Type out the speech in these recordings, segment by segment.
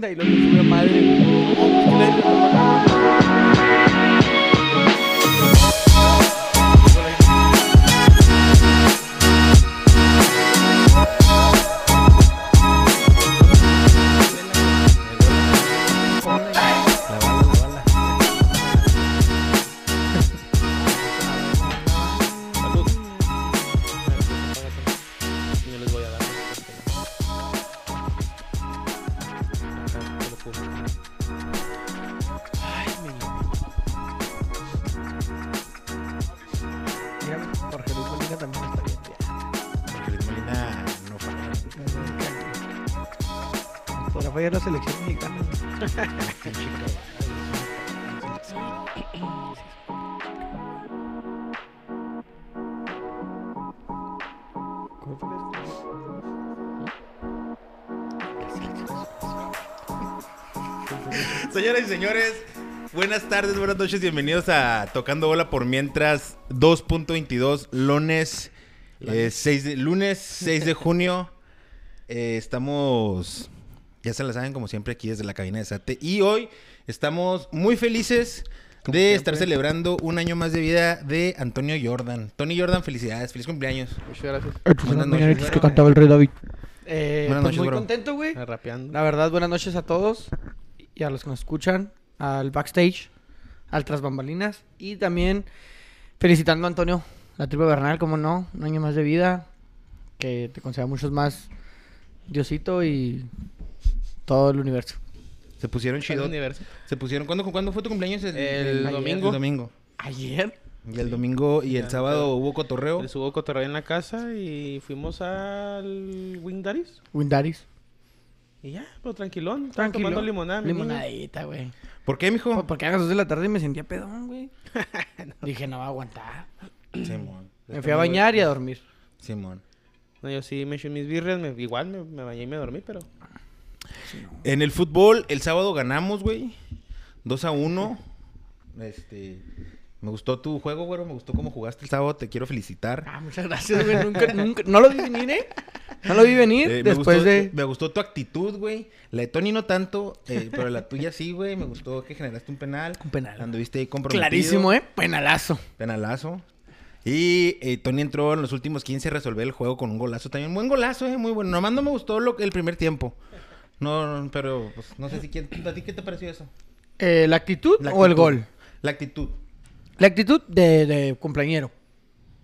tienda y luego fue madre. La bala, la bala. Salud. Yo les voy a dar. Acá, te lo pues, puse. Ay, me- Mira, Jorge Luis Molina también está bien. Porque Luis Molina no falla. tía. Fotografía de la selección mexicana. Pinche cabrón. ¿Cómo fue que es? Señoras y señores, buenas tardes, buenas noches, bienvenidos a Tocando Bola por Mientras 2.22, lunes, eh, 6 de, lunes 6 de junio. Eh, estamos, ya se la saben como siempre, aquí desde la cabina de Sate. Y hoy estamos muy felices de estar celebrando un año más de vida de Antonio Jordan. Tony Jordan, felicidades, feliz cumpleaños. Muchas gracias. Buenas noches. que cantaba el rey David. Eh, Buenas pues noches, muy bro. contento, güey. Ah, Rapeando. La verdad, buenas noches a todos y a los que nos escuchan, al backstage, al tras bambalinas y también felicitando a Antonio, la tribu Bernal, como no, un año más de vida, que te conceda muchos más Diosito y todo el universo. Se pusieron Al chido. universo. Se pusieron, ¿cuándo, ¿cuándo fue tu cumpleaños? El ayer, domingo. El domingo. Ayer Y el domingo y el Ya, sábado pero- hubo cotorreo. Les hubo cotorreo en la casa y fuimos al Wing Daddy's. Windaris. Y ya, pero tranquilón. Estaba Tranquilo. tomando limonada. mi niño. Limonadita, güey. ¿Por qué, mijo? Po- Porque a las 2 de la tarde me sentía pedón, güey. Dije, no va a aguantar. Simón. Me fui a bañar y a dormir. Simón. No, yo sí me eché mis birrias. me- igual me, me bañé y me dormí, pero... En el fútbol, el sábado ganamos, güey. 2 a 1. Este. Me gustó tu juego, güey. Me gustó cómo jugaste el sábado. Te quiero felicitar. Ah, muchas gracias, güey. Nunca, nunca, no lo vi venir, ¿eh? No lo vi venir Eh, me después gustó- de... Me gustó tu actitud, güey. La de Tony no tanto, eh, pero la tuya sí, güey. Me gustó que generaste un penal. Un penal. Anduviste ahí comprometido. Clarísimo, ¿eh? Penalazo. Penalazo. Y eh, Tony entró en los últimos 15 a resolver el juego con un golazo también. Buen golazo, eh, muy bueno. Nomás no me gustó lo, el primer tiempo. No, no, pero pues, no sé si quién, a ti qué te pareció eso. Eh, ¿La actitud La o el actitud. gol? La actitud. La actitud de, de cumpleañero.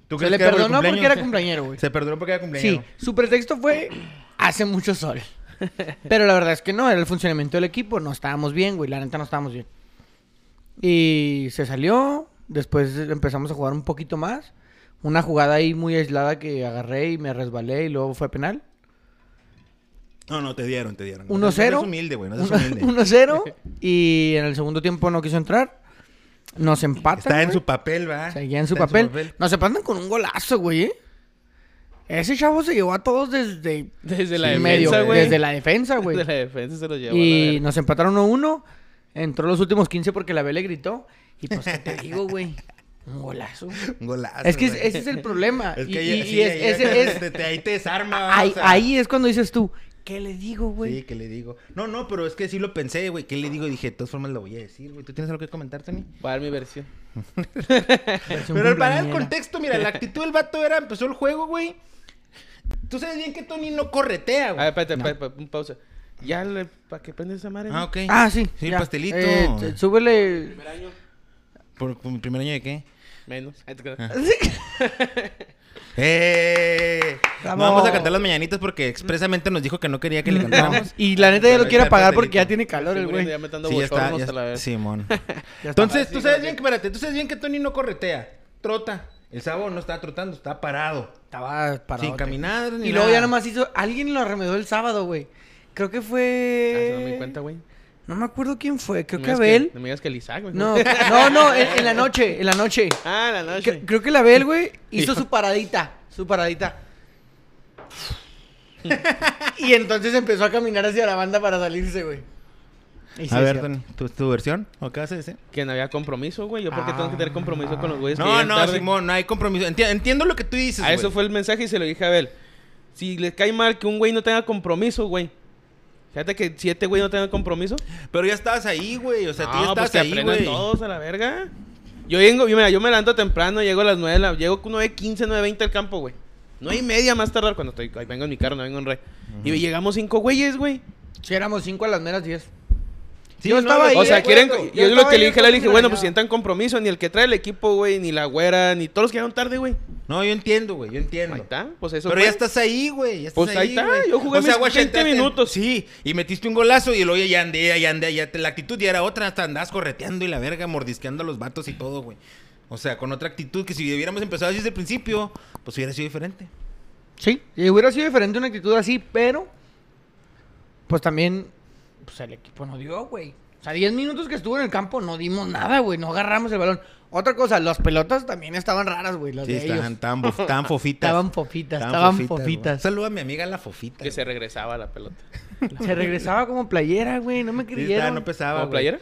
¿Tú Se crees le que era por el perdonó porque cumpleaños? era cumpleañero, güey. Se perdonó porque era Sí, cumpleañero. su pretexto fue hace mucho sol. Pero la verdad es que no, era el funcionamiento del equipo. No estábamos bien, güey. La neta no estábamos bien. Y se salió. Después empezamos a jugar un poquito más. Una jugada ahí muy aislada que agarré y me resbalé y luego fue penal. No, no, te dieron, te dieron. 1-0. No seas- No seas humilde, güey. No seas humilde. 1-0. Y en el segundo tiempo no quiso entrar. Nos empatan. Está en güey. su papel, va. Seguía en su papel. Nos empatan con un golazo, güey. ¿eh? Ese chavo se llevó a todos desde Desde la Sí, defensa, medio, güey. Desde la defensa, güey. Desde la defensa se los llevó a la Y verga. nos empataron 1-1. Entró los últimos 15 porque la B le gritó. Y pues, ¿qué te digo, güey? Un golazo. Un golazo. Es que es- güey. ese es el problema. Es y, que y- ahí- y sí, es- ahí- ese es- te- te- ahí te desarma. va, ahí, o sea. ahí es cuando dices tú, ¿qué le digo, güey? Sí, que le digo. No, no, pero es que sí lo pensé, güey. ¿Qué le digo? Y dije, de todas formas lo voy a decir, güey. ¿Tú tienes algo que comentar, Tony? Voy a dar mi versión. Versión Pero para el cumpleañera. contexto, mira, la actitud del vato era, empezó el juego, güey. Tú sabes bien que Tony no corretea, A ver, Ah, güey. espérate, espérate, un pausa. Ya, le, ¿para qué prende esa madre? Ah, ok. Ah, sí. Sí, ya. pastelito. Eh, t- súbele. Primer año. ¿Por, por mi primer año de qué? Menos. Ay, te creo. Ah. ¡Eh! No Vamos. vamos a cantar las mañanitas porque expresamente nos dijo que no quería que le cantáramos. Y la neta ya lo quiere apagar porque ya tiene Estoy calor el muriendo, güey. Ya me están dando sí, ya está. bochornos ya a la está. verga. Simón. Ya está. Entonces, Ah, tú sí, sabes gracias. bien que, espérate, tú sabes bien que Tony no corretea. Trota. El sábado no estaba trotando, estaba parado. Estaba parado. Sin caminar ni Y luego ya nada. nomás hizo. Alguien lo arremedó el sábado, güey. Creo que Ah, fue. se no me di cuenta, güey. No me acuerdo quién fue. Creo No que me digas Abel. No me digas que el Isaac, güey. No, no, no, en, en la noche. En la noche. Ah, la noche. Cre- creo que la Abel, güey, hizo Y- su paradita. Su paradita. y entonces empezó a caminar hacia la banda para salirse, güey. Y sí, A es ver, cierto. Tony, ¿tu, tu versión? ¿O qué vas a decir? Que no había compromiso, güey. Yo porque tengo que tener compromiso con los güeyes que No, llegan no, tarde? Simón, no hay compromiso. Enti- entiendo lo que tú dices, A eso güey. fue el mensaje y se lo dije a Abel. Si les cae mal que un güey no tenga compromiso, güey. Fíjate que siete, güey, no tengo compromiso. Pero ya estabas ahí, güey. O sea, tú ya no, pues estabas que ahí, aprendan güey. todos a la verga. Yo vengo, yo, mira, yo me levanto temprano, llego a las 9, de la, llego 9.15, 9.20 al campo, güey. 9 y media más tardar cuando estoy, ahí vengo en mi carro, no vengo en rey. Y llegamos cinco güeyes, güey. Si éramos cinco a las meras diez. Sí, yo no, estaba güey. ahí. O sea, de quieren. acuerdo. Yo Yo, lo estaba que ahí le dije, a la le dije, entonces bueno, regañado. pues sientan compromiso, ni el que trae el equipo, güey, ni la güera, ni todos los que llegaron tarde, güey. No, yo entiendo, güey. Yo entiendo. Ahí está, pues eso. Pero fue. ya estás ahí, güey. ya estás Pues ahí está, güey. yo jugué mis güey, 20 te- te- minutos. Sí, y metiste un golazo y luego ya andé, ya andé, ya te- la actitud ya era otra, hasta andás correteando y la verga, mordisqueando a los vatos y todo, güey. O sea, con otra actitud que si hubiéramos empezado así desde el principio, pues hubiera sido diferente. Sí, y hubiera sido diferente una actitud así, pero. Pues también. Pues el equipo no dio, güey. O sea, 10 minutos que estuvo en el campo no dimos nada, güey. No agarramos el balón. Otra cosa, las pelotas también estaban raras, güey. Las Sí, de estaban ellos. tan, bof- tan fofitas. Estaban fofitas, Tan estaban güey. fofitas. Saluda a mi amiga la fofita. Que se regresaba la pelota. Se regresaba como playera, güey. No me Sí, estaba, creyeron. no pesaba, ¿Como güey. playera?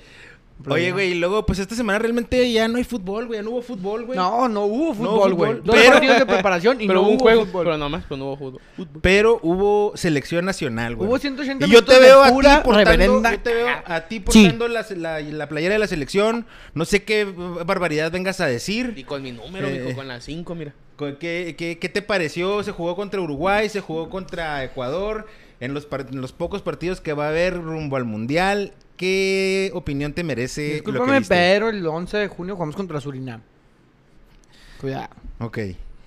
Oye, güey, y luego, pues esta semana realmente ya no hay fútbol, güey. Ya no hubo fútbol, güey. No, no hubo fútbol. fútbol, güey. Dos Pero- partidos de preparación y pero no hubo un juego. fútbol. Pero nomás, pues no hubo fútbol. Pero hubo selección nacional, güey. Hubo 180 Y yo te minutos de veo a pura ti portando, reverenda yo te veo a ti Sí. portando la, la- la playera de la selección. No sé qué barbaridad vengas a Y decir. con mi número, Eh. mijo, con las 5, mira. ¿Qué, qué, qué te pareció? Se jugó contra Uruguay, se jugó contra Ecuador. En los, par- en los pocos partidos que va a haber rumbo al Mundial, ¿qué opinión te merece lo que Discúlpame, viste? pero el 11 de junio jugamos contra Surinam. Cuidado. Ok.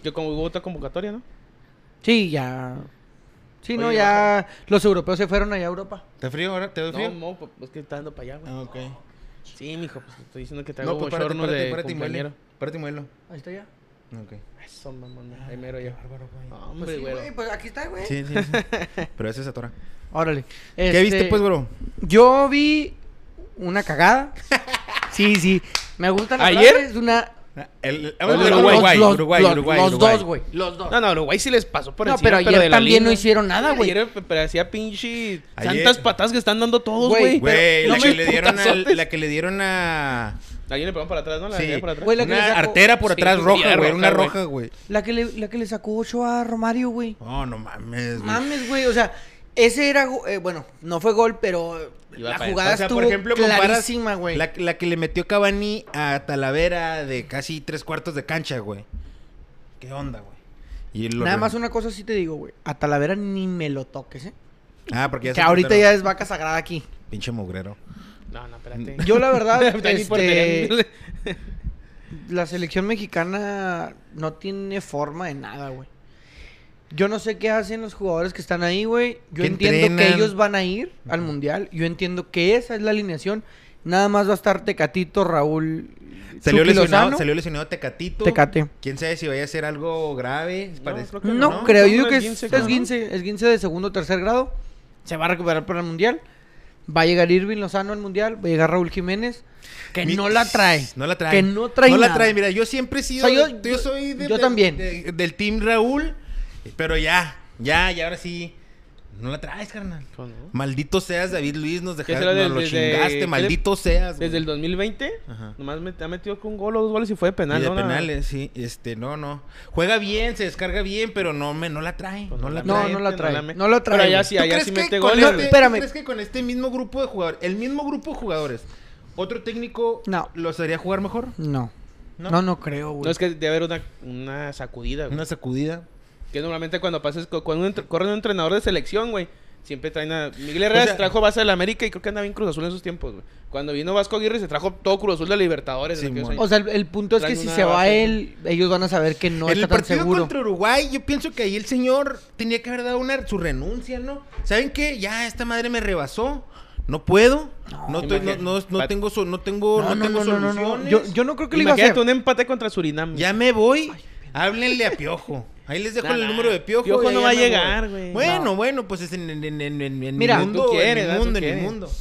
Yo como hubo otra convocatoria, ¿no? Sí, ya. Sí, no, Oye, ya. Los europeos se fueron allá a Europa. ¿Te frío ahora? ¿Te doy No, frío? no, pues es que está dando para allá, güey. Ah, ok. Sí, mijo, pues te estoy diciendo que traigo No, pues párate, bochorno párate, de párate y muelo. compañero. Párate y muelo. Ahí está ya. Ok. Eso, mamón. Ahí mero yo. Ah. No, Pues Hombre, sí, güey. güey, pues aquí está, güey. Sí, sí, sí. Pero esa es Atora. Órale. ¿Qué Este, viste, pues, bro? Yo vi una cagada. sí, sí. Me gusta la ¿Ayer? frase, Es una. Ah, El, Los- Uruguay, los- Uruguay, los- Uruguay, los- Uruguay, Los Uruguay. dos, güey. Los dos. No, no, Uruguay sí les pasó por No, encima, pero ayer de la también línea. no hicieron nada, güey. Ayer, pero hacía pinche Ayer- tantas patadas que están dando todos, Güey, güey. Güey, la, No me que le dieron al- putazotes. la que le dieron a... Ayer le pegaron para atrás, ¿no? La Sí. sí. para atrás. Güey, la que le Una sacó- artera por atrás Sí, roja, güey. roja, Era una güey. roja, güey. La que, le, la que le sacó 8 a Romario, güey. Oh, no mames, güey. Mames, güey. O sea, ese era. go- eh, bueno, no fue gol, pero Iba la para allá. jugada O sea, estuvo por ejemplo, comparas clarísima, güey. La, la que le metió Cavani a Talavera de casi tres cuartos de cancha, güey. ¿Qué onda, güey? Y lo- Nada más una cosa sí te digo, güey. A Talavera ni me lo toques, ¿eh? Ah, porque ya que se ahorita juntaron. ya es vaca sagrada aquí. Pinche mugrero. No, no, espérate. Yo, la verdad, Está ni portería, este, ni- la selección mexicana no tiene forma de nada, güey. Yo no sé qué hacen los jugadores que están ahí, güey. Yo ¿Qué entiendo que entrenan? ellos van a ir al mundial. Yo entiendo que esa es la alineación. Nada más va a estar Tecatito, Raúl. Salió Chucky lesionado, Lozano, salió lesionado Tecatito. Tecate. ¿Quién sabe si vaya a ser algo grave? Parece- creo que No, no, creo. son Yo que es esguince, es creo, ¿no? esguince, esguince de segundo o tercer grado. Se va a recuperar para el mundial. Va a llegar Irving Lozano al mundial. Va a llegar Raúl Jiménez. Que Mi- no la trae. No la trae. Que no trae No la nada. trae. Mira, yo siempre he sido. O sea, yo- yo, soy de- yo de- también. de- del team Raúl. Pero ya, ya, y ahora sí. No la traes, carnal. Pues no. Maldito seas, David Luis, nos dejaste, será nos del- lo desde- chingaste, ¿qué le- maldito seas. güey. Desde el 2020, Ajá. nomás me, ha metido con un gol o dos goles y fue de Y penal. de ¿no? Una- penales, sí, este, no, no. Juega bien, se descarga bien, pero no me, no la trae, Pues no la no, trae. no la gente, trae, me- no la trae, Pero allá güey. sí, ¿Tú allá crees sí que mete con goles. este- No, güey. espérame. ¿tú crees que con este mismo grupo de jugadores, el mismo grupo de jugadores, otro técnico No. los haría jugar mejor? No. No. No, no, creo, güey. No, es que debe haber una, una sacudida, güey. Una sacudida. Que normalmente cuando pasas, cu- cuando un, entre- corre un entrenador de selección, güey, siempre traen a... Miguel O Herrera sea- se trajo base de la América y creo que andaba bien Cruz Azul en sus tiempos, güey. Cuando vino Vasco Aguirre se trajo todo Cruz Azul de Libertadores. en aquellos Simón. O años. sea, el, el punto es que Traen si una se va base. él, ellos van a saber que no en el está tan partido seguro. contra Uruguay, yo pienso que ahí el señor tenía que haber dado una, su renuncia, ¿no? ¿Saben qué? Ya esta madre me rebasó. No puedo. No, estoy- no, no, no Pat- tengo so- no tengo, no, tengo soluciones. Yo, yo no creo que lo iba a hacer. Imagínate un empate contra Surinam. Ya me voy. Háblenle a Piojo. Ahí les dejo Nah, el nah. número de Piojo. Piojo y ahí no va a ya me llegar, voy. güey. Bueno, No. bueno, pues es en, en, en, en, en- en Mira, mi tú mundo, quieres, en ¿verdad? mi Tú mundo, en mi quieres. mundo.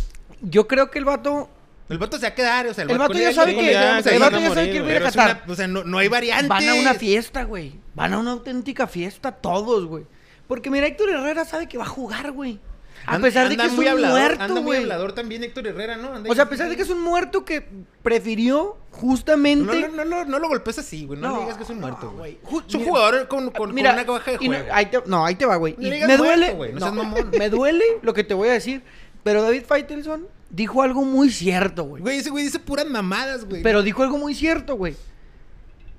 Yo creo que el vato. El vato se va a quedar, o sea, el, El vato con ya él- sabe con que. él vamos a El ir, vato ¿no? ya morir, sabe que güey. viene a Pero es Qatar. una- o sea, no, no hay variantes. Van a una fiesta, güey. Van a una auténtica fiesta todos, güey. Porque mira, Héctor Herrera sabe que va a jugar, güey. A An- pesar de que anda es muy un hablador- muerto, Anda muy güey. hablador también Héctor Herrera, ¿no? Anda O sea, a ahí- pesar de que es un muerto que prefirió No, no, justamente... no, no, no lo golpes así, güey. No, No, le digas que es un muerto, no, güey. güey. Ju- Es un mira- jugador con, con, Mira, con una caja de y no- juego. ahí te- no, ahí te va, güey. No le Y digas me muerto, duele. güey, no no, seas mamón. me duele lo que te voy a decir. Pero David Faitelson dijo algo muy cierto, güey. Güey, ese güey dice puras mamadas, güey. Pero dijo algo muy cierto, güey.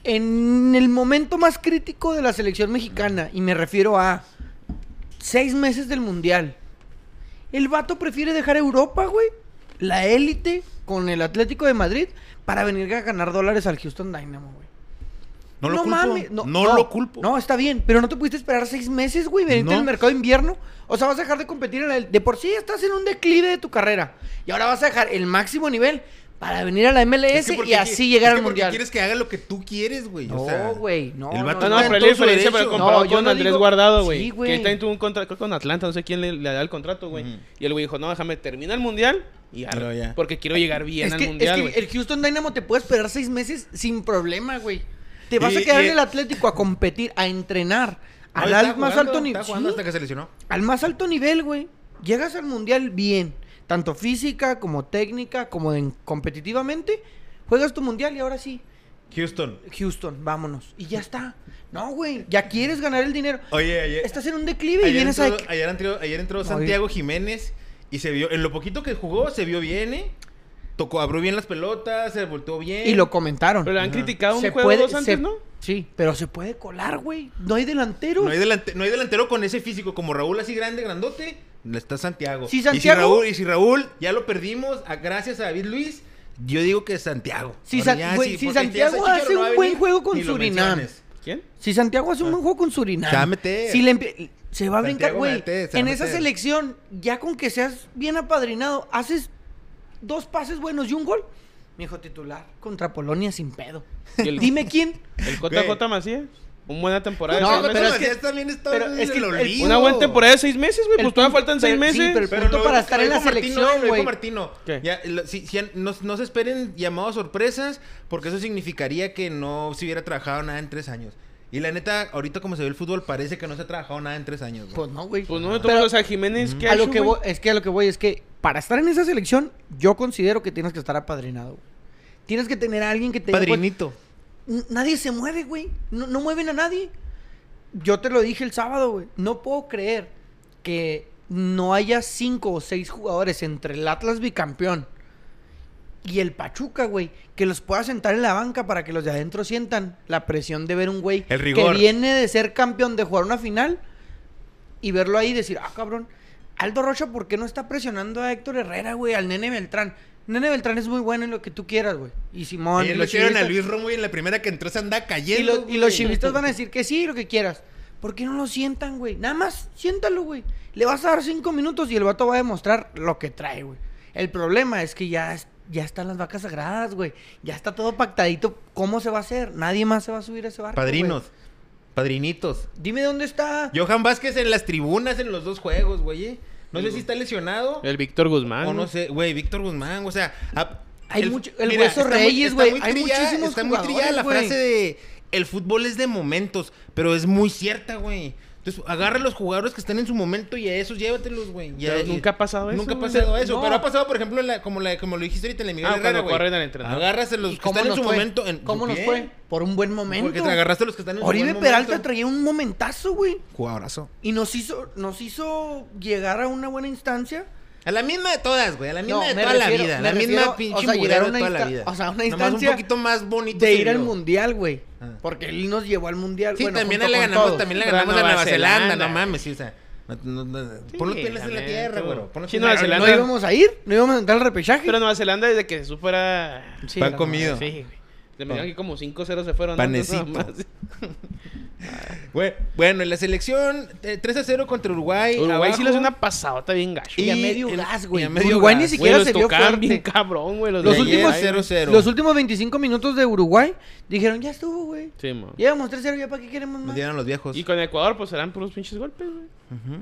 En el momento más crítico de la selección mexicana, y me refiero a seis meses del Mundial, el vato prefiere dejar Europa, güey, la élite, con el Atlético de Madrid, para venir a ganar dólares al Houston Dynamo, güey. no lo culpo. mames, no, lo culpo. No, está bien, pero no te pudiste esperar seis meses, güey, venirte No. al mercado de invierno. O sea, vas a dejar de competir en el. De por sí estás en un declive de tu carrera. Y ahora vas a dejar el máximo nivel para venir a la MLS que porque y así qui- llegar es que al porque mundial. quieres que haga lo que tú quieres, güey. o No, sea, güey, no, El no, vato No, no, está en pero todo la su diferencia, pero derecho. comparado No, yo con no Andrés digo- Guardado, Sí, güey. güey. que también tuvo un contrato con Atlanta, no sé quién le, le da el contrato, güey. Ujú. Y el güey dijo, no, déjame terminar el mundial y arre, Pero ya. Porque quiero llegar bien Es al que, es mundial, que güey. el Houston Dynamo te puede esperar seis meses sin problema, güey. Te vas a Y- quedar y- en el Atlético a competir, a entrenar. No, Al está al- más jugando, alto Está nivel. jugando hasta que se lesionó. al más alto nivel, güey. Llegas al mundial bien, tanto física como técnica, como en- competitivamente. Juegas tu mundial y ahora sí, Houston. Houston, vámonos. Y ya está. No, güey, ya quieres ganar el dinero. Oye, ayer. Estás en un declive y ayer, vienes entró, a... ayer entró, ayer entró Ay. Santiago Jiménez y se vio. En lo poquito que jugó, se vio bien, ¿eh? Tocó, abrió bien las pelotas, se volteó bien. Y lo comentaron. Pero le han Ajá. criticado un Se juego puede- dos antes, se- ¿no? Sí, pero se puede colar, güey. No hay delanteros. No hay, delante- no hay delantero con ese físico como Raúl, así grande, grandote. no Está Santiago. Sí, Y si Santiago- Raúl, y si Raúl ya lo perdimos, a- gracias a David Luis, yo digo que es Santiago. Si Ahora San- ya, güey, sí, si porque ya Santiago ese chicharo hace no va a un buen venir, juego con ni lo Surinam. menciones. ¿Quién? Si Santiago hace un buen juego con Surinam. Se va a meter. Si le empie- se va a brincar, Ah. Santiago güey. Mate, se va En a esa meter. selección, ya con que seas bien apadrinado, haces dos pases buenos y un gol. Mi hijo titular contra Polonia sin pedo. Y el- Dime quién. El JJ Güey. Macías. Una buena temporada. de No, seis Pero, pero meses. es que- Macías también está pero en es que el el- olvido. Una buena temporada de seis meses, güey. El Pues todavía punto- faltan seis pero- sí, meses. pero el punto lo para dijo- estar lo en la dijo Martino, selección, eh, lo dijo güey. Martino. ¿Qué? Ya, lo- si- si han- no, no se esperen llamados sorpresas, porque eso significaría que no se hubiera trabajado nada en tres años. Y la neta, ahorita como se ve el fútbol, parece que no se ha trabajado nada en tres años. güey. Pues no, güey. Pues no, de todos Pero modos, o sea, Jiménez, ¿qué ha a lo hecho, que güey? voy, es que a lo que voy es que para estar en esa selección, yo considero que tienes que estar apadrinado. güey. Tienes que tener a alguien que te diga, güey, Padrinito. N- Nadie se mueve, güey. No, no mueven a nadie. Yo te lo dije el sábado, güey. No puedo creer que no haya cinco o seis jugadores entre el Atlas bicampeón y el Pachuca, güey, que los pueda sentar en la banca para que los de adentro sientan la presión de ver un güey que El rigor. viene de ser campeón, de jugar una final y verlo ahí y decir, ah, cabrón, Aldo Rocha, ¿por qué no está presionando a Héctor Herrera, güey, al Nene Beltrán? Nene Beltrán es muy bueno en lo que tú quieras, güey. Y Simón. Oye, y Eh, lo los hicieron a chivistas. Luis Romo y en la primera que entró se anda Y, cayendo. lo- y los güey. chivistas van a decir que sí, lo que quieras. ¿Por qué no lo sientan, güey? Nada más, siéntalo, güey. Le vas a dar cinco minutos y el vato va a demostrar lo que trae, güey. El problema es que ya, es- ya están las vacas sagradas, güey. Ya está todo pactadito. ¿Cómo se va a hacer? Nadie más se va a subir a ese barco. Padrinos. Padrinitos. güey. Dime dónde está. Johan Vázquez en las tribunas en los dos juegos, güey. eh. No sé si está Eh, lesionado. El Víctor Guzmán. O no güey. sé, güey, Víctor Guzmán, o sea... a- Hay mucho- el mira, Hueso está muy- Reyes, está güey, muy hay trillada- muchísimos Está muy trillada jugadores, la güey. frase de... El fútbol es de momentos, pero es muy cierta, güey. Entonces, agarra a los jugadores que están en su momento y a esos llévatelos, güey. Y a- Pero nunca ha pasado eso, Nunca ha güey. pasado eso. No. Pero ha pasado, por ejemplo, la- como, la, como lo dijiste ahorita en el Miguel Ah, Herrera, cuando güey. corren al entrenador. Agarras a los ¿Y que están en nos su fue? momento. En, ¿Cómo nos bien, fue? Por un buen momento. Porque te agarraste a los que están en su Oribe buen Peralta momento. traía un momentazo, güey. Jugadorazo. Y nos hizo, nos hizo llegar a una buena instancia. A la misma de todas, güey. A la misma No, de me toda refiero- la vida. me La refiero, misma o pinche sea, llegar murero a de una toda la insta- vida. o sea, una Nomás instancia un poquito más bonito. de se ir al vio. mundial, güey. Ah. Porque él nos llevó al mundial. Sí, bueno, también junto le con ganamos, todos. también le Pero a ganamos a Nueva Nueva Zelanda, Zelanda. no mames, sí, o sea, no- no- no- pon los Sí, pies en la también, tierra, tú. güey. Pon los pies Sí, en Nueva la Zelanda. No íbamos a ir, no íbamos a entrar al repechaje. Pero Nueva Zelanda desde que se supera... Sí, pan la comido. verdad, Sí, güey. Se me dijeron que como 5-0 se fueron. Panecito. antes nada más. Güey, Bueno, en la selección, eh, 3 a 0 contra Uruguay. Uruguay sí abajo. le hace una pasadota bien gacho. Y, a Y medio el- gas, y güey. a medio Uruguay ni gas. siquiera Güey, se los vio tocaban fuerte. bien cabrón, güey. Los, Los de eh. últimos- ayer, güey. 0-0. Los últimos 25 minutos de Uruguay dijeron, ya estuvo, güey. Sí, mo. Llevamos 3-0, ya para qué queremos Nos más. dieron los viejos. Y con Ecuador, pues serán puros pinches golpes, güey.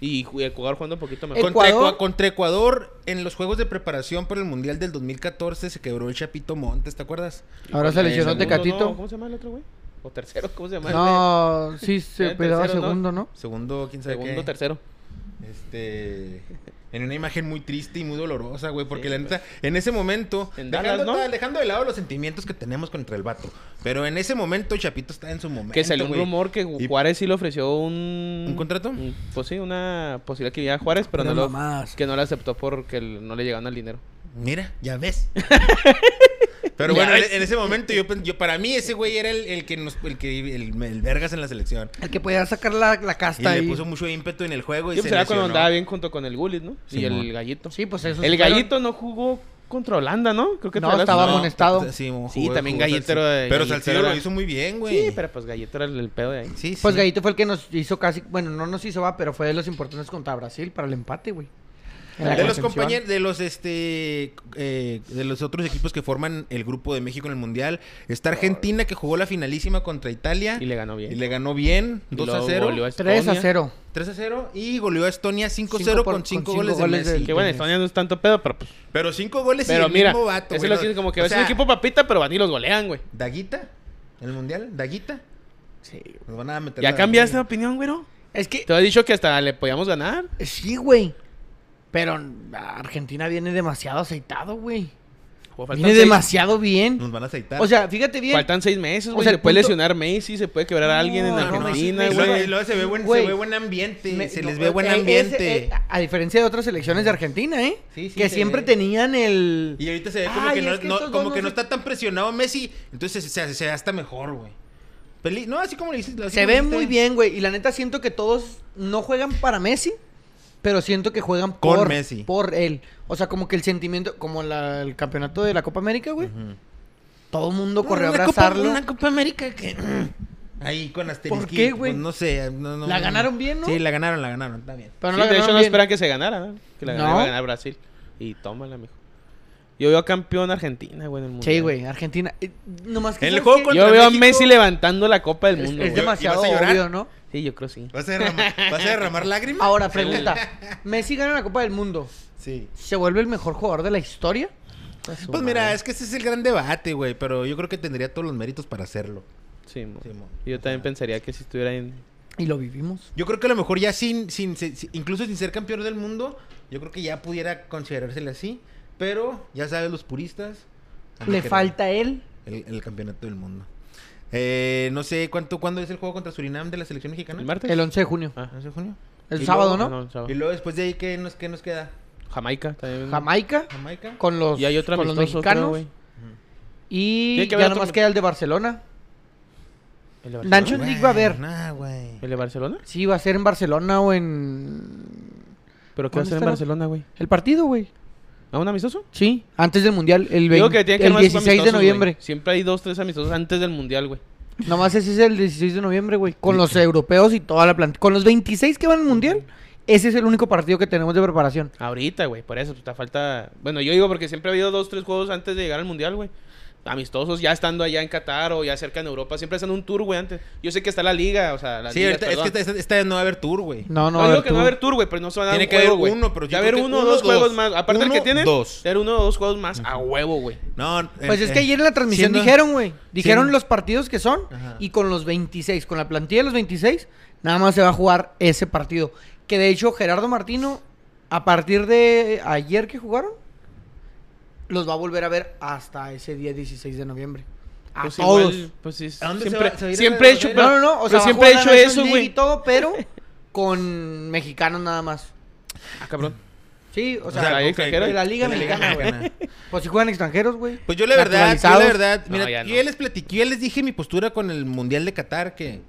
Y ju- Ecuador jugando un poquito mejor. El- Contra Ecuador. Ecua- contra Ecuador, en los juegos de preparación para el Mundial del 2014, se quebró el Chapito Montes, ¿te acuerdas? Ahora Con- se lesionó segundo, Tecatito. no, ¿Cómo se llama el otro, güey? O tercero, ¿cómo se llama? No, sí Ya se en pegaba tercero, ¿no? segundo, ¿no? Segundo, quién sabe Segundo, qué. tercero. Este. En una imagen muy triste y muy dolorosa, güey. Porque la neta, en ese momento, pues. En dejando, Dallas, ¿no? toda- dejando de lado los sentimientos que tenemos contra el vato. Pero en ese momento, Chapito está en su momento. Que salió un güey. rumor que Y- Juárez sí le ofreció un... ¿Un contrato? pues sí, una posibilidad que llegara a Juárez, pero Unas no lo, mamadas. que no la aceptó porque el- no le llegaban al dinero. Mira, ya ves. Pero Ya bueno, ves. en ese momento yo, pen- yo para mí ese güey era el, el que nos el que el, el vergas en la selección. El que podía sacar la, la Y casta le ahí. puso mucho ímpetu en el juego y Sí, se pues era cuando lesionó. andaba bien junto con el Gullit, ¿no? Y Simón. el Gallito. Sí, pues eso el Gallito no jugó contra Holanda, ¿no? Creo que No, todavía la- estaba amonestado. Sí, jugó- Sí, también jugó Gallitero Salcido. de- Pero Gallitero Salcido era- lo hizo muy bien, güey. Sí, pero pues Gallito era el, el pedo de ahí. Sí, Pues sí. Gallito fue el que nos hizo casi, bueno, no nos hizo va, pero fue de los importantes contra Brasil para el empate, güey. En la De los contención. compañeros, de los este eh, de los otros equipos que forman el grupo de México en el Mundial, está Argentina que jugó la finalísima contra Italia Y le ganó bien. y le ganó bien, Y 2 a luego 0. goleó Estonia. 3 a 0. 3 a 0 y goleó a Estonia 5 a 0 Cinco por- con 5 con goles, cinco de goles Messi. del- Que bueno, Estonia no es tanto pedo, pero pues... Pero 5 goles y Pero el mira, mismo vato, eso güey, es lo ¿no? que dicen, como que O es un sea, equipo papita, pero van y los golean, güey. Daguita en el Mundial, Daguita. Sí, Nos van a meter ¿Ya la- cambiaste de opinión, güero? Es que Te has dicho que hasta le podíamos ganar. sí, güey. Pero Argentina viene demasiado aceitado, güey. Güey, faltan Viene seis- demasiado bien. Nos van a aceitar. O sea, fíjate bien. Faltan seis meses, güey. O sea, se el puede punto- lesionar Messi, se puede quebrar a alguien en No, no, Argentina, Messi- Y luego, güey. y luego se ve buen, Güey. se ve buen ambiente, Me- se no, les ve buen eh, ese, ambiente. eh, a- a diferencia de otras selecciones de Argentina, ¿eh? Sí, sí, que se siempre ve. tenían el... Y ahorita se ve como Ay, que, no, es que no- estos como dos que no no se- está tan presionado Messi, entonces se, se, se ve hasta mejor, güey. Peli- No, así como le dices. así Se como ve dijiste. muy bien, güey. Y la neta siento que todos no juegan para Messi, pero siento que juegan Con por, Messi. por él. O sea, como que el sentimiento, como la- el campeonato de la Copa América, güey. Ujú. Todo el mundo corrió a Una Copa- abrazarlo. Una Copa América que. Ahí con asterisco. ¿Por qué, güey? No sé. no- no- La ganaron bien, ¿no? Sí, la ganaron, la ganaron. Está bien. Pero no Sí, la de hecho, ganaron no bien. esperan que se ganara, ¿no? Que la No. ganara, iba a ganar Brasil. Y tómala, mijo. Yo veo campeón Argentina, güey, en el mundo. Sí, güey, Argentina. Eh, nomás que En el ¿sabes juego qué? con- Yo Contra veo a México- Messi levantando la Copa del es, mundo, es güey. de- demasiado ¿Y vas a llorar? obvio, ¿no? Sí, yo creo sí. ¿Vas a derramar, ¿vas a derramar lágrimas? Ahora, pregunta. ¿Messi gana la Copa del Mundo? Sí. ¿Se vuelve el mejor jugador de la historia? Ah, Pues mira, es que ese es el gran debate, güey. Pero yo creo que tendría todos los méritos para hacerlo. Sí, mo. Sí, mo. Yo también pensaría que si estuviera en... Y lo vivimos. Yo creo que a lo mejor ya sin, sin, se- si- incluso sin ser campeón del mundo, yo creo que ya pudiera considerársele así. Pero, ya sabes, los puristas. han de Le querer falta él. El, el campeonato del mundo. Eh, no sé cuánto, cuándo es el juego contra Surinam de la selección ¿El mexicana. martes? El 11 de junio. Ah. ¿No es en junio? El Y sábado, Ah, ¿no? no, el sábado. ¿Mm? Y luego después de ahí, ¿qué nos, qué nos queda? Jamaica también. Jamaica. ¿Jamaica? Con los, Y hay otra con los amistoso, creo, mexicanos. güey. y Tiene que ya haber otro nomás amistoso. queda el de Barcelona. ¿El de Barcelona? Nacho- Champions Güey, League va a haber. Nah, güey. ¿El de Barcelona? Sí, va a ser en Barcelona o en... ¿Pero qué va a ¿Dónde hacer en estará? Barcelona, güey? El partido, güey. ¿A un amistoso? Sí, antes del Mundial, el, Digo 20 que tiene que el haber más 16 de amistosos, güey. noviembre. Siempre hay dos, tres amistosos antes del mundial, güey. Nomás ese es el 16 de noviembre, güey. Con los europeos y toda la plantilla. Con los 26 que van al Mundial, ese es el único partido que tenemos de preparación. Ahorita, güey, por eso, pues, te falta. Bueno, yo digo porque siempre ha habido dos, tres juegos antes de llegar al mundial, güey. Amistosos, ya estando allá en Qatar o ya cerca en Europa, siempre hacen un tour, güey, antes. Yo sé que está la liga, o sea, la Sí, liga. ahorita- es que esta, esta- esta vez no va a haber tour, güey. No, no, No, a ver digo que no va a tú. haber tour, güey, pero no se van a dar Tiene un que haber juego, güey. uno, pero yo Va a creo haber que uno o uno, dos juegos dos. más. Aparte del Uno, que tienen, dos. va a haber uno o dos juegos más a huevo, güey. No, Pues eh, es que eh, ayer en la transmisión siendo- dijeron, güey. Dijeron siendo- los partidos que son Ajá. y con los 26, con la plantilla de los 26, nada más se va a jugar ese partido. Que de hecho Gerardo Martino, a partir de ayer que jugaron, los va a volver a ver hasta ese día 16 de noviembre. A Pues igual, Ah, todos. pues sí, ¿A dónde se siempre va- se va a ir a siempre he la hecho, verga? No, no, no. O pero sea, va a siempre he jugar hecho la Nations eso, League Y güey. todo, pero con mexicanos nada más. Ah, cabrón. Sí, o o sea, sea, hay ok, extranjeros. ok. De la Liga Mexicana, güey. pues si juegan extranjeros, güey. Pues yo la verdad, yo la Naturalizados. verdad, No, mira, ya yo no. ya les platiqué, yo ya les dije mi postura con el Mundial de Qatar, que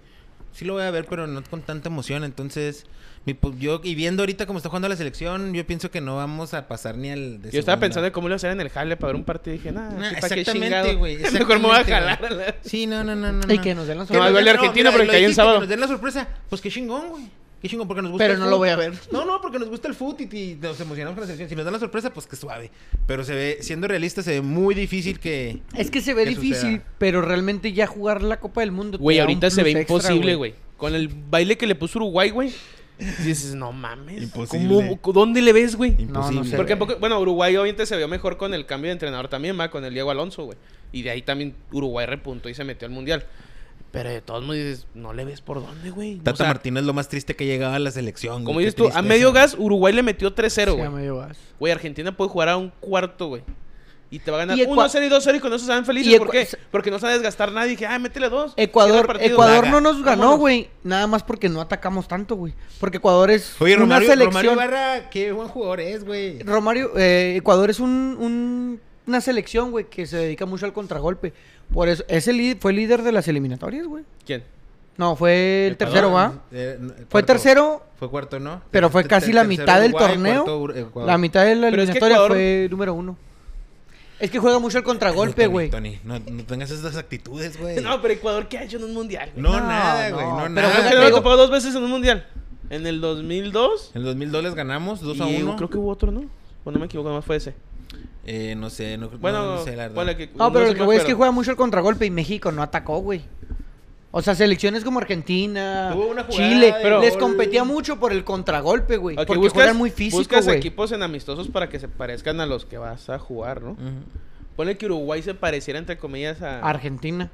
sí lo voy a ver, pero no con tanta emoción, entonces, mi, po- yo, y viendo ahorita cómo está jugando la selección, yo pienso que no vamos a pasar ni al de Yo estaba segunda. pensando en cómo lo hacer en el jale para ver un partido y dije, nada, Nah, ¿para qué exactamente, chingado? güey, Mejor me voy a exactamente, jalar. a güey. la- Sí, no, no, no, no. Y no. que nos den la Que nos Ah, sorpresa. igual de den- no, Argentina, mira, porque lo cayó en dijiste, sábado. Que nos den la sorpresa, pues qué chingón, güey. Qué chingón, porque nos gusta Pero el no lo fútbol. voy a ver. No, no, porque nos gusta el fútbol y, y nos emocionamos con la selección. Si nos dan la sorpresa, pues qué suave. Pero se ve, siendo realista, se ve muy difícil que... Es que se ve que difícil, suceda. pero realmente ya jugar la Copa del Mundo. te Güey, da un ahorita se ve plus extra, imposible, güey. Con el baile que le puso Uruguay, güey. Dices, no mames. Imposible. ¿Cómo- ¿Dónde le ves, güey? No, no sé. Porque, tampoco- bueno, Uruguay obviamente se vio mejor con el cambio de entrenador también, va, con el Diego Alonso, güey. Y de ahí también Uruguay repuntó y se metió al mundial. Pero de todos modos dices, no le ves por dónde, güey. Tata O sea, Martínez lo más triste que llegaba a la selección. Como güey, qué dices tú, a tristeza. medio gas, Uruguay le metió 3-0, Sí, a güey. medio gas. Güey, Argentina puede jugar a un cuarto, güey. Y te va a ganar Y Ecua- 1-0 y 2-0 y con eso se dan y felices. ¿Por Ecua- qué? Porque no se van a desgastar nadie. Dije, ah, métele dos. Cierra Ecuador, el partido. Ecuador Vaga. no nos ganó, Vámonos. güey. Nada más porque no atacamos tanto, güey. Porque Ecuador es Oye, una Romario, Romario selección. Ibarra, qué buen jugador es, güey. Romario, eh, Ecuador es un, un- una selección, güey, que se dedica mucho al contragolpe. Por eso, ese líder, fue líder de las eliminatorias, güey. ¿Quién? No, fue el tercero, Ecuador, ¿va? eh, no, Fue cuarto. tercero, Fue cuarto, ¿no? pero fue Ter- casi ter- la tercero mitad del Uruguay, torneo. cuarto Ur- Ecuador. la mitad de la Pero es que eliminatoria Ecuador- fue número uno. Es que juega mucho al contragolpe, Tony, güey. Tony, no, no tengas esas actitudes, güey. No, pero Ecuador, ¿qué ha hecho en un mundial? güey? No, No, nada, no, güey. No, pero nada. Creo que te no lo digo- topado dos veces en un mundial. En el 2002. En el 2000 dólares ganamos 2 a y 1. Creo que hubo otro, ¿no? Bueno, no me equivoco, más fue ese. Eh, no sé, no, Bueno, no, no sé la verdad. ponle que- No, pero sé lo que me güey es que acuerdo. juega mucho al contragolpe y México no atacó, güey. O sea, selecciones como Argentina, Tuvo una jugada Chile, de pero les gol. competía mucho por el contragolpe, güey. Ok, porque buscas- juegan muy físico, Buscas güey. equipos en amistosos para que se parezcan a los que vas a jugar, ¿no? Ujú. Ponle que Uruguay se pareciera, entre comillas, a... Argentina.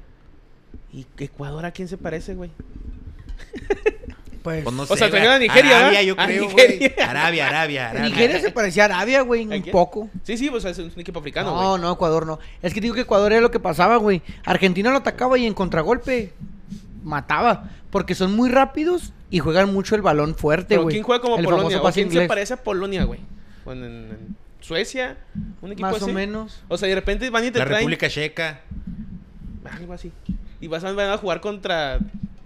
¿Y Ecuador a quién se parece, güey? Pues, Pues no sea, sé, güey. trajeron a Nigeria, Arabia, ¿verdad? yo A creo, güey. Nigeria. Arabia, Arabia, Arabia. Nigeria se parecía a Arabia, güey, ¿A un quién? poco. Sí, sí, pues es un equipo africano, güey. no, no, Ecuador no. Es que digo que Ecuador era lo que pasaba, güey. Argentina lo atacaba y en contragolpe mataba. Porque son muy rápidos y juegan mucho el balón fuerte, Pero güey. ¿quién juega como el Polonia? famoso ¿O pase ¿Quién se inglés. parece a Polonia, güey? Bueno, en, en Suecia, un equipo Más así. o menos. O sea, y de repente van y te La traen República Checa. Ah, algo así. Y vas a, van a jugar contra...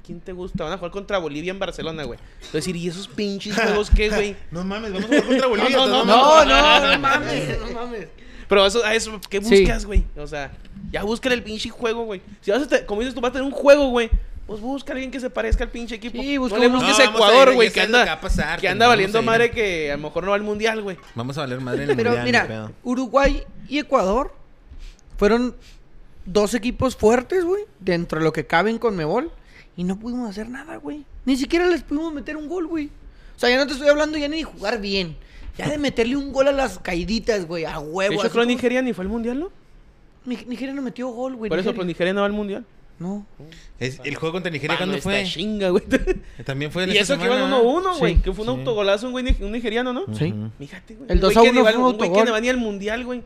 ¿Quién te gusta? Van a jugar contra Bolivia en Barcelona, güey. Es decir, ¿y esos pinches juegos qué, güey? No mames, vamos a jugar contra Bolivia. No, no, entonces No, vamos no, no mames, no mames. Pero eso, a eso, ¿qué Sí. buscas, güey? O sea, ya búscale el pinche juego, güey. Si vas a, te- como dices, tú vas a tener un juego, güey. Pues busca a alguien que se parezca al pinche equipo. Sí, busca no le uno. busques No, a vamos a Ecuador, ir, güey, ya que sabes lo anda, que va a pasar, que pues, anda vamos valiendo a ir. madre que a lo mejor no va al mundial, güey. a- Vamos a valer madre en el Pero mundial, ni mira, pedo. Uruguay y Ecuador fueron dos equipos fuertes, güey, dentro de lo que caben con Mebol. Y no pudimos hacer nada, güey. Ni siquiera les pudimos meter un gol, güey. O sea, ya no te estoy hablando ya ni de jugar bien. Ya de meterle un gol a las caiditas, güey, a De huevo. hecho, así creo como- Nigeria ni fue al mundial, ¿no? Ni- Nigeria no metió gol, güey. Por eso, pues Nigeria. Nigeria no va al mundial. No. Es- el juego contra Nigeria, Mano, ¿cuándo está fue? chinga, güey. También fue en Y esta eso que iban semana. 1-1, güey. Sí, que fue un sí. autogolazo, un güey, ni- un nigeriano, ¿no? Sí. Ujú. Fíjate, güey. El Un güey 2 a que ni 1 fue va al- un un güey que autogol. no va ni al mundial, güey.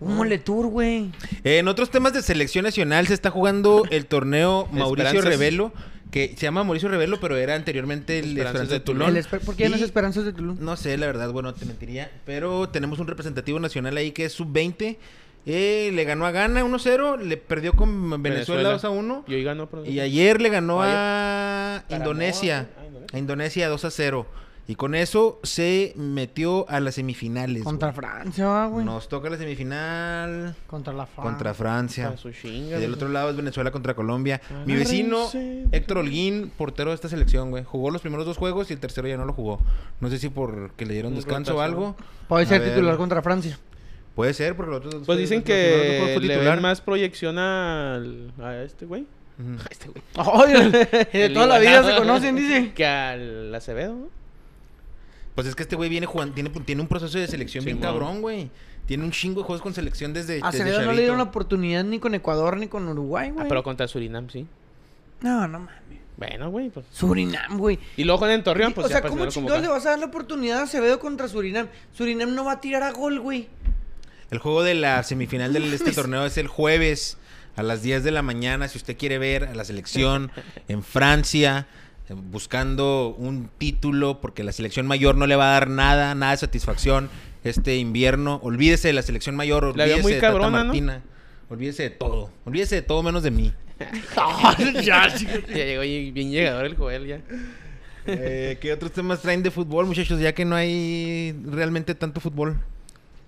Un moletur, güey. Eh, En otros temas de selección nacional se está jugando el torneo Mauricio Esperanzas. Revelo, que se llama Mauricio Revelo, pero era anteriormente el Esperanzas Esperanzas de de Tulón. El esper- ¿Por qué no es Y- Esperanzas de Tulum? No sé, la verdad, bueno, te mentiría. Pero tenemos un representativo nacional ahí que es sub-20. Eh, le ganó a Ghana 1-0, le perdió con Venezuela, Venezuela. 2-1. Y hoy ganó, por Y ayer le ganó Ayer. a Para Indonesia. Moa, ah, Indonesia. A Indonesia 2-0. Y con eso se metió a las semifinales. Contra güey. Francia, va, güey. Nos toca la semifinal Contra la Francia. contra Francia. Para su chinga, Y del güey. otro lado es Venezuela contra Colombia. Ah, Mi vecino, Agárrense. Héctor Holguín, portero de esta selección, güey. Jugó los primeros dos juegos y el tercero ya no lo jugó. No sé si porque le dieron Un descanso o rotación. algo. Puede A ser ver. titular contra Francia. Puede ser, porque los otros dos Pues fue- dicen los primeros dos que juegos fue le titular. ven más proyección al, a este güey. Ujú. A este güey. Ay, de El toda la vida se igualado. conocen, dice. Que al Acevedo, ¿no? Pues es que este güey viene jugando, tiene, tiene un proceso de selección bien Simón. cabrón, güey. Tiene un chingo de juegos con selección desde, Este A desde Acevedo no chavito. Ah, le dieron la oportunidad ni con Ecuador ni con Uruguay, Ah, güey. pero contra Surinam, sí. No, no mames. Bueno, güey, pues. Surinam, güey. Y luego con el Torreón, pues o sea, ya ¿cómo pues, no lo chingados le convocaron. vas a dar la oportunidad a Acevedo contra Surinam? Surinam no va a tirar a gol, güey. El juego de la semifinal de este torneo es el jueves a las 10 de la mañana. Si usted quiere ver a la selección en Francia eh, buscando un título, porque la selección mayor no le va a dar nada, nada de satisfacción este invierno. Olvídese de la selección mayor, La veo olvídese muy de Tata cabrona, ¿no? Martina. Olvídese de todo. Olvídese de todo menos de mí. Ya llegó y- bien llegador el Joel, ya. Pues Eh, ¿Qué otros temas traen de fútbol, muchachos? Ya que no hay realmente tanto fútbol.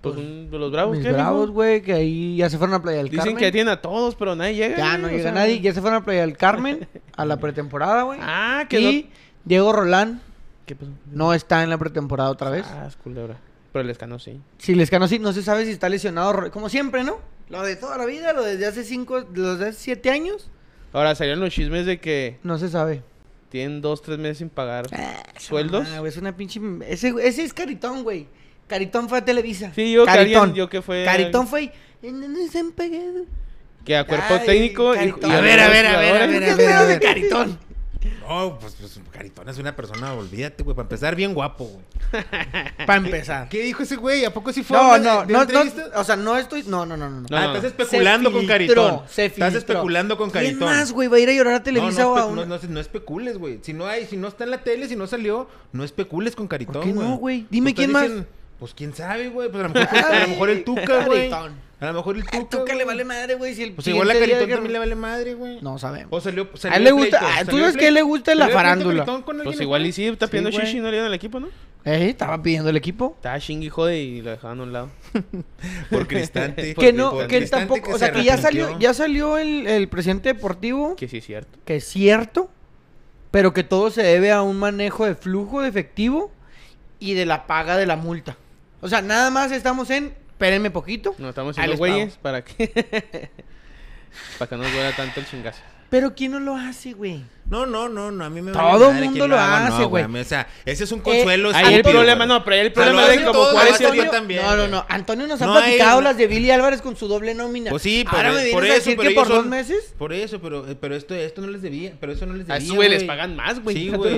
Pues un de los bravos, Mis ¿qué, mijo? bravos, güey, que ahí ya se fueron a Playa del Dicen Carmen. que ya tienen a todos, pero nadie llega. Ya güey, no o llega sea, nadie. Ya se fueron a Playa del Carmen a la pretemporada, güey. Ah, que Y Diego Rolán ¿Qué pasó? no está en la pretemporada otra vez. Ah, es culebra. Pero el escano sí. Si Lescano sí, no se sabe si está lesionado, Ro- como siempre, ¿no? Lo de toda la vida, lo desde hace cinco, lo desde hace siete años, Ahora salieron los chismes de que no se sabe. tienen dos, tres meses sin pagar sueldos. Ah, güey, es una pinche... Ese, ese es Caritón, güey. Caritón fue a Televisa. Sí, yo que Caritón. alguien- yo que fue- Caritón fue... y, "Eh, No, no se han pagado. que a cuerpo Ay, técnico y- Caritón. y A ver, a ver, a ver, a jugadores. ver, ¿Qué a ver, a pedo de ver. caritón? No, pues, pues Caritón es una persona, olvídate, güey. Para empezar, bien guapo, güey. Para empezar. ¿Qué dijo ese güey? ¿A poco sí fue? No, a una- no, de no, entrevista? no, o sea, no estoy, no, no, no, no. no. No, Ah, no. estás especulando Se con filtró, Caritón. se Estás filtró. especulando con Caritón. ¿Quién más, güey? ¿Va a ir a llorar a No, Televisa no, o a espe- una? no, no, no especules, güey. Si no hay, si no está en la tele, si no salió, no especules con Caritón, qué no, güey? Dime Pues quién estás más. pues quién sabe, güey. Pues a lo mejor, a lo mejor el Tuca, güey. Caritón. A lo mejor el Tuca. Al Tuca le güey. Ah, vale madre, güey. Si el Pues igual a siguiente día Caritón que- también le vale madre, güey. No sabemos. O salió, salió A él le gusta- pleito, ah, tú salió ves que a él le gusta la ¿Salió pleito farándula. Caritón con alguien Pues en igual y el- sí, está Sí, pidiendo güey. shishi, no le dieron al equipo, ¿no? Ey, estaba pidiendo el equipo. Estaba chingui jode y lo dejaban a un lado. Por Cristante. que por- no, por que él Cristante tampoco, o se sea, que ya arrepintió. salió, ya salió el, el presidente deportivo, Que sí es cierto. que es cierto, pero que todo se debe a un manejo de flujo de efectivo y de la paga de la multa. O sea, nada más estamos en, espérenme poquito, No, estamos Ahí haciendo les pago. güeyes para que... para que no nos duela tanto el chingazo. pero ¿quién no lo hace, güey? No, no, no, no, a mí me Todo vale madre mundo quién lo haga, hace, no, güey. a mí, O sea, ese es un consuelo. Ahí el estúpido, problema, güey. no, pero ahí el O sea, lo problema es hacen como todos, cuál lo es el... hacen Antonio- yo también, no, no, güey. no, Antonio nos No ha hay, platicado güey. las de Billy Álvarez con su doble nómina. Pues sí, Ahora pero- me vienes por a eso, decir pero que ellos por dos son- meses. Por eso, pero, pero esto, esto no les debía, pero eso no les A debía, esos güeyes les güey. pagan más, güey. Sí, güey.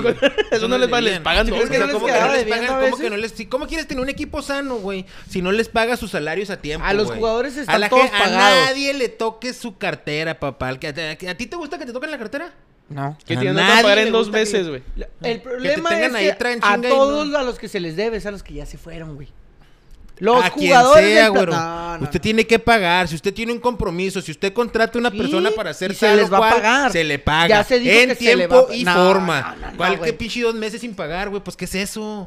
Eso no les va- les debían. pagan Sí, doble. o sea, Es que no ¿cómo les que no quedaba les debiendo pagan? a ¿Cómo veces. que no les- si- ¿Cómo quieres tener un equipo sano, güey? Si no les paga sus salarios a tiempo, A los güey. jugadores están a la todos gen- pagados. A nadie le toque su cartera, papá. Al que- ¿A, a- a ti te gusta que te toquen la cartera? No. Que A te van a nadie pagar le en dos gusta que- meses, güey. El te problema tengan es ahí, que traen a chinga y todos no. a los que se les debe es a los que ya se fueron, güey. Los a quien jugadores sea, del pla- güero. No, no, usted no. tiene que pagar. Si usted tiene un compromiso, si usted contrata a una Sí, persona para hacer y se tal o les va a cual, pagar. se le paga. Ya se dijo en que se le tiempo va a- y No, forma. no, no, no, ¿Cuál que güey. pinche dos meses sin pagar, güey? Pues, ¿qué es eso?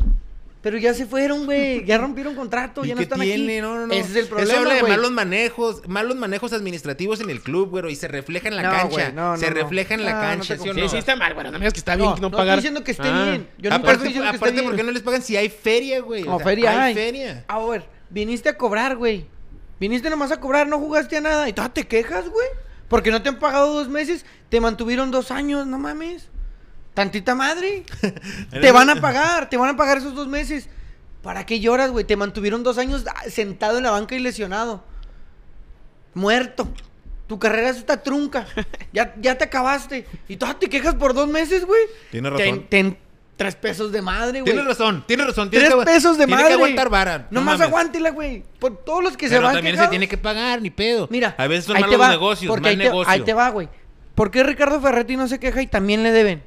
Pero ya se fueron, güey. Ya rompieron contrato, ¿Y ya no qué están tiene? aquí. No, no, no. Ese es el Eso problema, habla de güey. malos manejos, malos manejos administrativos en el club, güero, y se refleja en la No, cancha. güey, no, no, se no. refleja en Ah, la no cancha, te ¿sí o Sí, no? sí está mal, bueno, no me digas que está bien No, que no no pagar. estoy diciendo que esté Ah. bien. Yo no estoy aparte, diciendo que esté aparte bien. ¿por qué no les pagan si hay feria, güey? No, O sea, feria hay. feria. A ver, viniste a cobrar, güey. Viniste nomás a cobrar, no jugaste a nada. Y todavía te quejas, güey. Porque no te han pagado dos meses, te mantuvieron dos años, no mames. Tantita madre. te van a pagar, te van a pagar esos dos meses. ¿Para qué lloras, güey? Te mantuvieron dos años ah, sentado en la banca y lesionado. Muerto. Tu carrera es esta trunca. Ya, ya te acabaste. Y todavía te quejas por dos meses, güey. Tienes Te- razón. te- tres pesos de madre, güey. Tienes razón, tienes razón. tienes Tres que agu- pesos de tiene madre. que aguantar vara. no Nomás mames. aguántela, güey. Por todos los que se Pero van también quejados. se tiene que pagar, ni pedo. Mira, a veces son ahí te malos va, negocios, porque mal ahí te, negocio. Ahí te va, güey. ¿Por qué Ricardo Ferretti no se queja y también le deben?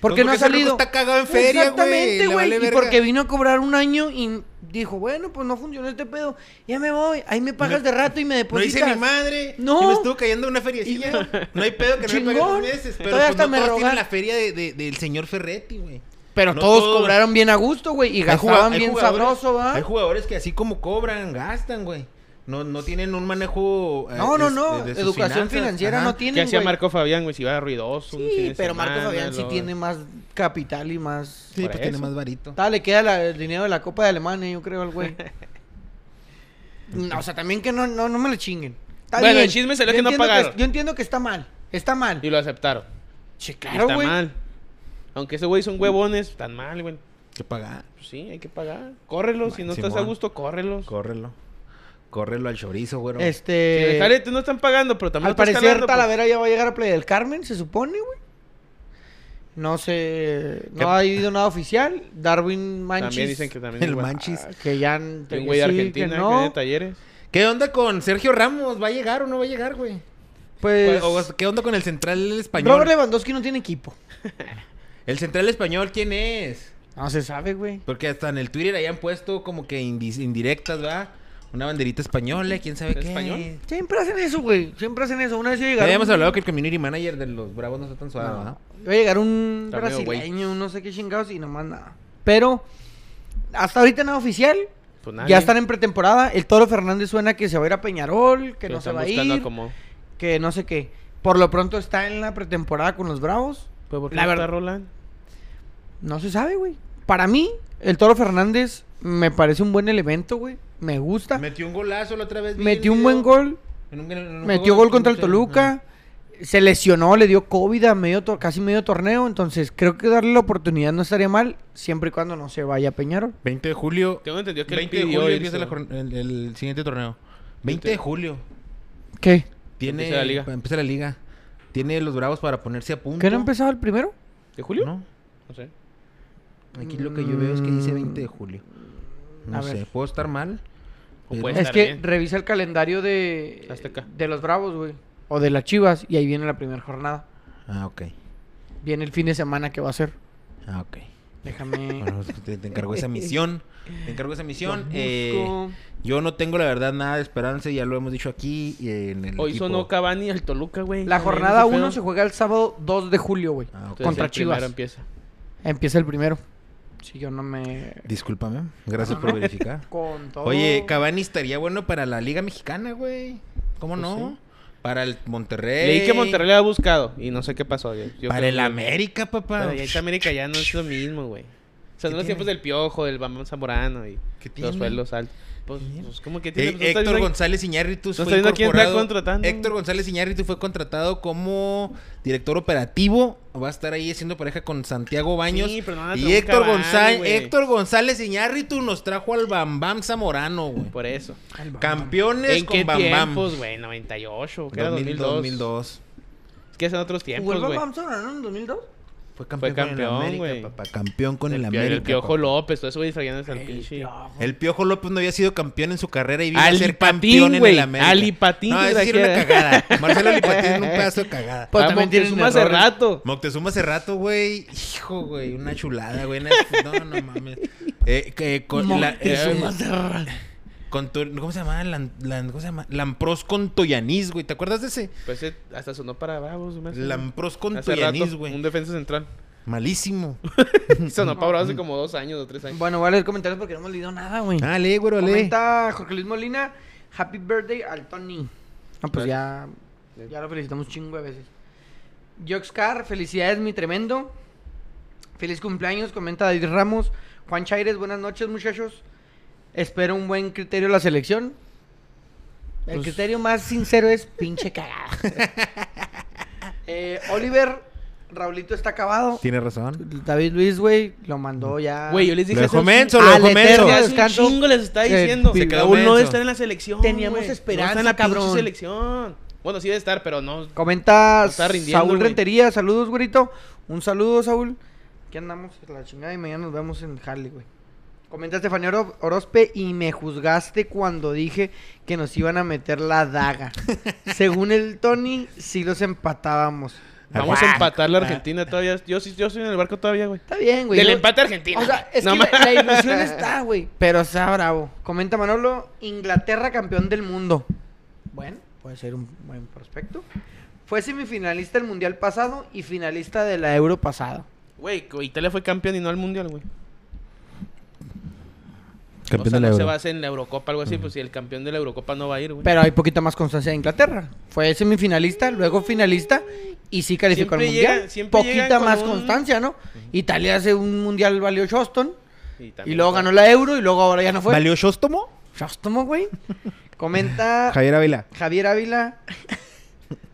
¿Por qué Pues no ha porque ese loco salido? está cagado en feria, güey, Exactamente, le güey. vale y verga. porque vino a cobrar un año y dijo, bueno, pues no funcionó este pedo. Ya me voy. Ahí me pagas No- de rato y me No depositas. hice mi madre. No. Y me estuvo cayendo una feriecilla. No hay pedo que no me Chingón. paguen dos meses. Pero Todavía pues no hasta me todos tienen rogan. la feria de- de- del señor Ferretti, güey. Pero No todos todos. cobraron bien a gusto, güey. Y Hay jugado- gastaban hay bien jugadores- sabroso, ¿va? Hay jugadores que así como cobran, gastan, güey. No, no tienen un manejo. eh, No, no, es- no. de- de sus Educación finanzas. financiera Ajá. no tienen, ¿Qué hacía güey. Marco Fabián, güey? Si iba ruidoso. un fin Sí, de pero Marco semana, Fabián sí luego- tiene más capital y más... Sí, Por pues tiene eso. más varito. Ta, Ah, le queda la- el dinero de la Copa de Alemania, yo creo, al güey. No, o sea, también que no, no, no me lo chinguen. Está Bueno, bien. el chisme salió Yo que no entiendo pagaron. yo entiendo que está mal. Está mal. Y lo aceptaron. Sí, Y claro, está güey. mal. Aunque ese güey son huevones, están mal, güey. Que pagar. Pues sí, hay que pagar. Córrelos. si no estás a Simón. gusto, córrelos. Córrelo. Córrelo al chorizo, güero. Si Este. en el jale te no están pagando, pero también al estás parecer, jalando, pues, Talavera ya va a llegar a Playa del Carmen, se supone, güey. No sé. ¿Qué- No ha ido nada oficial. Darwin Manchis. También dicen que también. El igual. Manchis. ah, que ya. Hay un güey de sí, que Argentina que no. vende talleres. ¿Qué onda con Sergio Ramos? ¿Va a llegar o no va a llegar, güey? Pues. O- o- ¿Qué onda con el central español? Robert Lewandowski no tiene equipo. ¿El central español quién es? No se sabe, güey. Porque hasta en el Twitter ahí han puesto como que indi- indirectas, ¿verdad? Una banderita española, quién sabe ¿Es qué. español? Siempre hacen eso, güey. Siempre hacen eso. Una vez Ya llegaron. habíamos hablado que el community manager de los Bravos no está tan suave, ¿verdad? No. Iba a llegar un Está medio güey. brasileño, no sé qué chingados y nomás nada. Pero hasta ahorita nada oficial. Pues nadie. Ya están en pretemporada. El Toro Fernández suena que se va a ir a Peñarol, que Pero no se están va a buscando ir, acomodo. que no sé qué. Por lo pronto está en la pretemporada con los Bravos. Pues, ¿por qué La no verdad- está Roland? No se sabe, güey. Para mí, el Toro Fernández me parece un buen elemento, güey. Me gusta. Metió un golazo la otra vez. vi Metió el un buen video. gol. En un- en un Metió juego gol contra el contra- Toluca. Se lesionó, le dio COVID a medio tor- casi medio torneo. Entonces, creo que darle la oportunidad no estaría mal, siempre y cuando no se vaya a Peñarol. 20 de julio. Tengo entendido que él 20 de pidió julio irse. empieza la jorn- el, el siguiente torneo. 20 de julio. ¿Qué? Tiene, Empieza la liga. Empieza la liga. Tiene los bravos para ponerse a punto. ¿Qué no empezaba el primero? ¿De julio? No. No sé. Aquí lo que yo veo es que dice 20 de julio. No A sé, ver. puedo estar mal. O puede Es estar que bien. revisa el calendario de, Azteca. de los Bravos, güey. O de las Chivas. Y ahí viene la primera jornada. Ah, ok. Viene el fin de semana que va a ser. Ah, ok. Déjame. Bueno, pues, te, te encargo esa misión. Te encargo esa misión. Lo Eh, busco. yo no tengo la verdad nada de esperanza, ya lo hemos dicho aquí y en el Hoy equipo. sonó Cavani al Toluca, güey. la También jornada ese 1 pedo. se juega el sábado 2 de julio, güey. Ah, ok. Entonces, Contra el primero Chivas. empieza. Empieza el primero. Si yo no me. Discúlpame, gracias por verificar. Con todo. Oye, Cavani estaría bueno para la Liga Mexicana, güey. ¿Cómo no? Para el Monterrey. Leí que Monterrey la ha buscado y no sé qué pasó. Yo, yo Para creo el que- América, papá. Pero ya en América ya no es lo mismo, güey. O sea, ¿Qué son los tiene? tiempos del Piojo, del Bambam Zamorano y ¿Qué tiene? los sueldos altos. Pues, Mierda. pues, ¿cómo que Eh, tiene? Pues, no está Héctor diciendo- González Iñárritu no fue está diciendo quién está incorporado. contratando. Héctor González Iñárritu fue contratado como director operativo. Va a estar ahí haciendo pareja con Santiago Baños. Sí, pero no van a y traer un Héctor, Cavani, González, güey. Héctor González Iñárritu nos trajo al Bam Bam Zamorano, güey. Por eso. Campeones Pues, ¿En con qué Bam tiempos, güey? 98, ¿qué era 2002. 2002. Es que son otros ¿Jugó tiempos, el güey. Bam Zamorano en 2002? Fue campeón, Fue con el campeón, América, güey. papá. Campeón con el, El, Pio- América. el Piojo papá. López, todo eso, güey, distrayéndose al pinche. El Piojo López no había sido campeón en su carrera y vino Ali a ser Patín, campeón en güey. el América. Ali Patín, no, güey, esa sí era una aquí. cagada. Marcelo Alipatín era un pedazo de cagada. Pues Ah, también tienen Moctezuma hace errores. rato. Moctezuma hace rato, güey. Hijo, güey, una chulada, güey. una- No, no mames. Eh, que con la- eh, Moctezuma Serrano. con tu- ¿Cómo se llamaba? Lan- Lan- ¿Cómo se llama? Lampros con Toyanís, güey. ¿Te acuerdas de ese? Pues eh, hasta sonó para Bravos, me hace- Lampros con hace rato, Toyanís, güey. Un defensa central. Malísimo. sonó para Bravos hace como dos años o tres años. Bueno, voy a leer comentarios porque no hemos leído nada, güey. Ale, güey, ale. Comenta Jorge Luis Molina, Happy Birthday al Tony. Ah, pues ya, ya lo felicitamos chingo de veces. Joxcar, felicidades, mi tremendo. Feliz cumpleaños, comenta David Ramos. Juan Chaires, buenas noches, muchachos. Espero un buen criterio de la selección. El Pues- criterio más sincero es pinche cagada. Eh, Oliver, Raulito está acabado. Tiene razón. David Luis, güey, lo mandó ya. Güey, yo les dije Lo hace dejó un- menso, lo Al dejó menso. eterno Hace un descanso. chingo les está Eh, diciendo. se quedó Aún no menso. está en la selección. Teníamos güey. esperanza, No está en la pinche cabrón. selección. Bueno, sí debe estar, pero no. Comenta Lo está rindiendo, Saúl güey. Rentería, saludos, güerito. Un saludo, Saúl. Aquí andamos en la chingada y mañana nos vemos en Harley, güey. Comenta Estefanía Oro- Orozpe y me juzgaste cuando dije que nos iban a meter la daga. Según el Tony, sí los empatábamos. Vamos Ah, a empatar la ah. Argentina todavía. Yo sí, yo estoy en el barco todavía, güey. Está bien, güey. Del Pues yo- empate a Argentina. O sea, es No que la, mames. la ilusión está, güey. Pero está bravo. Comenta Manolo, Inglaterra campeón del mundo. Bueno, puede ser un buen prospecto. Fue semifinalista del Mundial pasado y finalista de la Euro pasado. Güey, que Italia fue campeón y no al mundial, güey. Campeón o de sea, la no se Euro. basa en la Eurocopa, algo así. Pues si el campeón de la Eurocopa no va a ir, güey. Pero hay poquita más constancia de Inglaterra. Fue semifinalista, luego finalista y sí calificó al Siempre Mundial. llegan- siempre poquita llegan con más un- constancia, ¿no? Italia hace un Mundial valió Shoston y también luego está- ganó la Euro y luego ahora ya no fue. ¿Valió Shóstomo? Shoston, güey. Ah. Comenta Javier Ávila. Javier Ávila.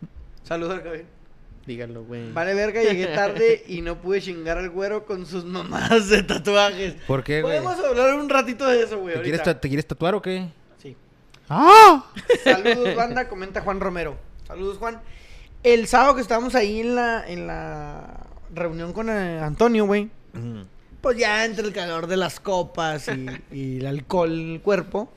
Saludos al Javier. Díganlo, güey. Vale, verga, llegué tarde y no pude chingar al güero con sus mamadas de tatuajes. ¿Por qué, güey? Podemos hablar un ratito de eso, güey. ¿Te quieres, ahorita. ta- ¿Te quieres tatuar o qué? Sí. ¡Ah! Saludos, banda, comenta Juan Romero. Saludos, Juan. El sábado que estábamos ahí en la, en la reunión con eh, Antonio, güey. Pues ya entre el calor de las copas y, y el alcohol en el cuerpo,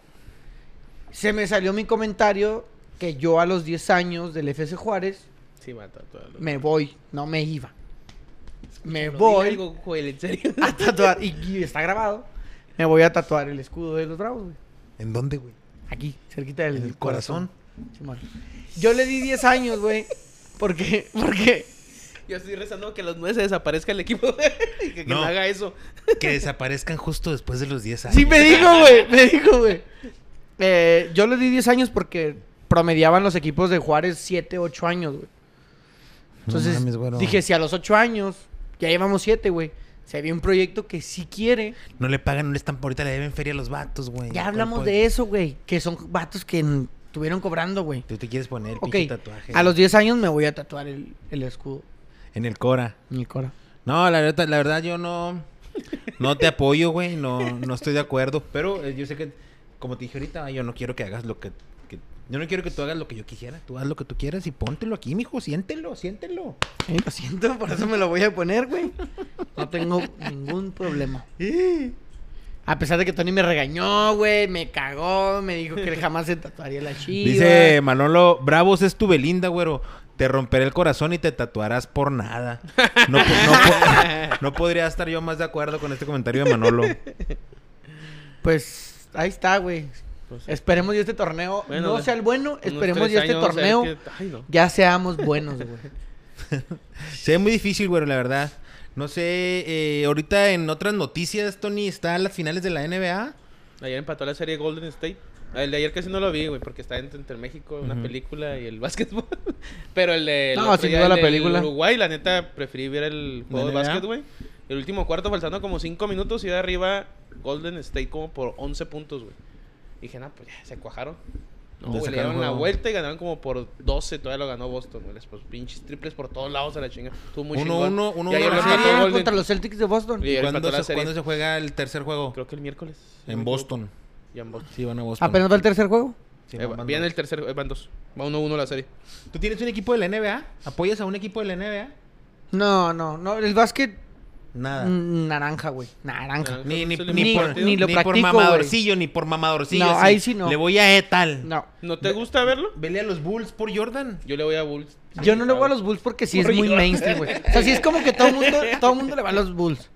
se me salió mi comentario que yo a los 10 años del FC Juárez Sí, mata a todos los- me voy, no me iba. Me Pero voy di algo, Joel, en serio. a tatuar, y, y está grabado, me voy a tatuar el escudo de los Bravos, güey. ¿En dónde, güey? Aquí, cerquita del En el corazón. Simón. Yo le di 10 años, güey. Porque, porque Yo estoy rezando que los nueve se desaparezca el equipo. que que No. no. haga eso. Que desaparezcan justo después de los 10 años. sí me dijo, güey, me dijo, güey. Eh, yo le di 10 años porque promediaban los equipos de Juárez 7, 8 años, güey. Entonces dije, si a los 8 años, ya llevamos 7, güey. Se había un proyecto que sí quiere. No le pagan, no le están ahorita, le deben feria a los vatos, güey. Ya hablamos de eso, güey. Que son vatos que mm, estuvieron cobrando, güey. Tú te quieres poner el Ok, pinche tatuaje. a los 10 años me voy a tatuar el, el escudo, En el Cora. mi cora. No, la verdad, la verdad yo no. No te apoyo, güey. No, no estoy de acuerdo. Pero eh, yo sé que, como te dije ahorita, yo no quiero que hagas lo que, que Yo no quiero que tú hagas lo que yo quisiera. Tú haz lo que tú quieras y póntelo aquí, mijo. Siéntelo, siéntelo. Eh, lo siento, por eso me lo voy a poner, güey. No tengo ningún problema. A pesar de que Tony me regañó, güey, me cagó, me dijo que él jamás se tatuaría la chiva. Dice Manolo, Bravos es tu Belinda, güero. Te romperé el corazón y te tatuarás por nada. No, po- no po- no podría estar yo más de acuerdo con este comentario de Manolo. Pues ahí está, güey. Pues- esperemos yo este torneo Bueno, no güey. sea el bueno, Unos esperemos tres yo este años, vamos a ver torneo qué- ay, no. ya seamos buenos, güey. Se ve muy difícil, güero, la verdad. No sé, eh, ahorita en otras noticias, Tony, están las finales de la NBA. Ayer empató la serie Golden State. Ah, El de ayer casi no lo vi, güey, porque está entre, entre México, una Ujú. película y el básquetbol. Pero el de el No, otro sin día, duda el la del película. Uruguay, la neta, preferí ver el juego de NBA. básquet, güey. El último cuarto, faltando como 5 minutos, iba arriba Golden State como por 11 puntos, güey. Dije, nah, pues ya, se cuajaron. No, Le güey, le sacaron dieron la juego. vuelta y ganaron como por 12. Todavía lo ganó Boston, güey. Después pinches triples por todos lados a la chinga. Estuvo muy Uno, chingón. uno, uno, Y ayer uno, lo recién. empató Ah, Golden. contra los Celtics de Boston. Y ayer ¿Cuándo empató la se, serie. cuándo se juega el tercer juego? Creo que el miércoles. si no En me equivoco. Boston. Ya en Boston. Sí, van a Boston. Apenas va el tercer juego. Sí, Eh, van- van viene dos. el tercer, eh, van dos. Va 1-1 uno, uno la serie. ¿Tú tienes un equipo de la NBA? ¿Apoyas a un equipo de la NBA? No, no, no, el básquet Nada. mm, naranja, güey, naranja. Naranja. Ni, ni, Es el ni único por, partido. Ni lo ni por practico, güey. mamadorcillo, ni por mamadorcillo. No, así. ahí sí no. Le voy a E Etal. No. ¿No te gusta verlo? Vele a los Bulls por Jordan. Yo le voy a Bulls. Yo no le voy a los Bulls porque sí es muy Corrido. mainstream, güey. O sea, sí es como que todo el mundo, todo mundo le va a los Bulls.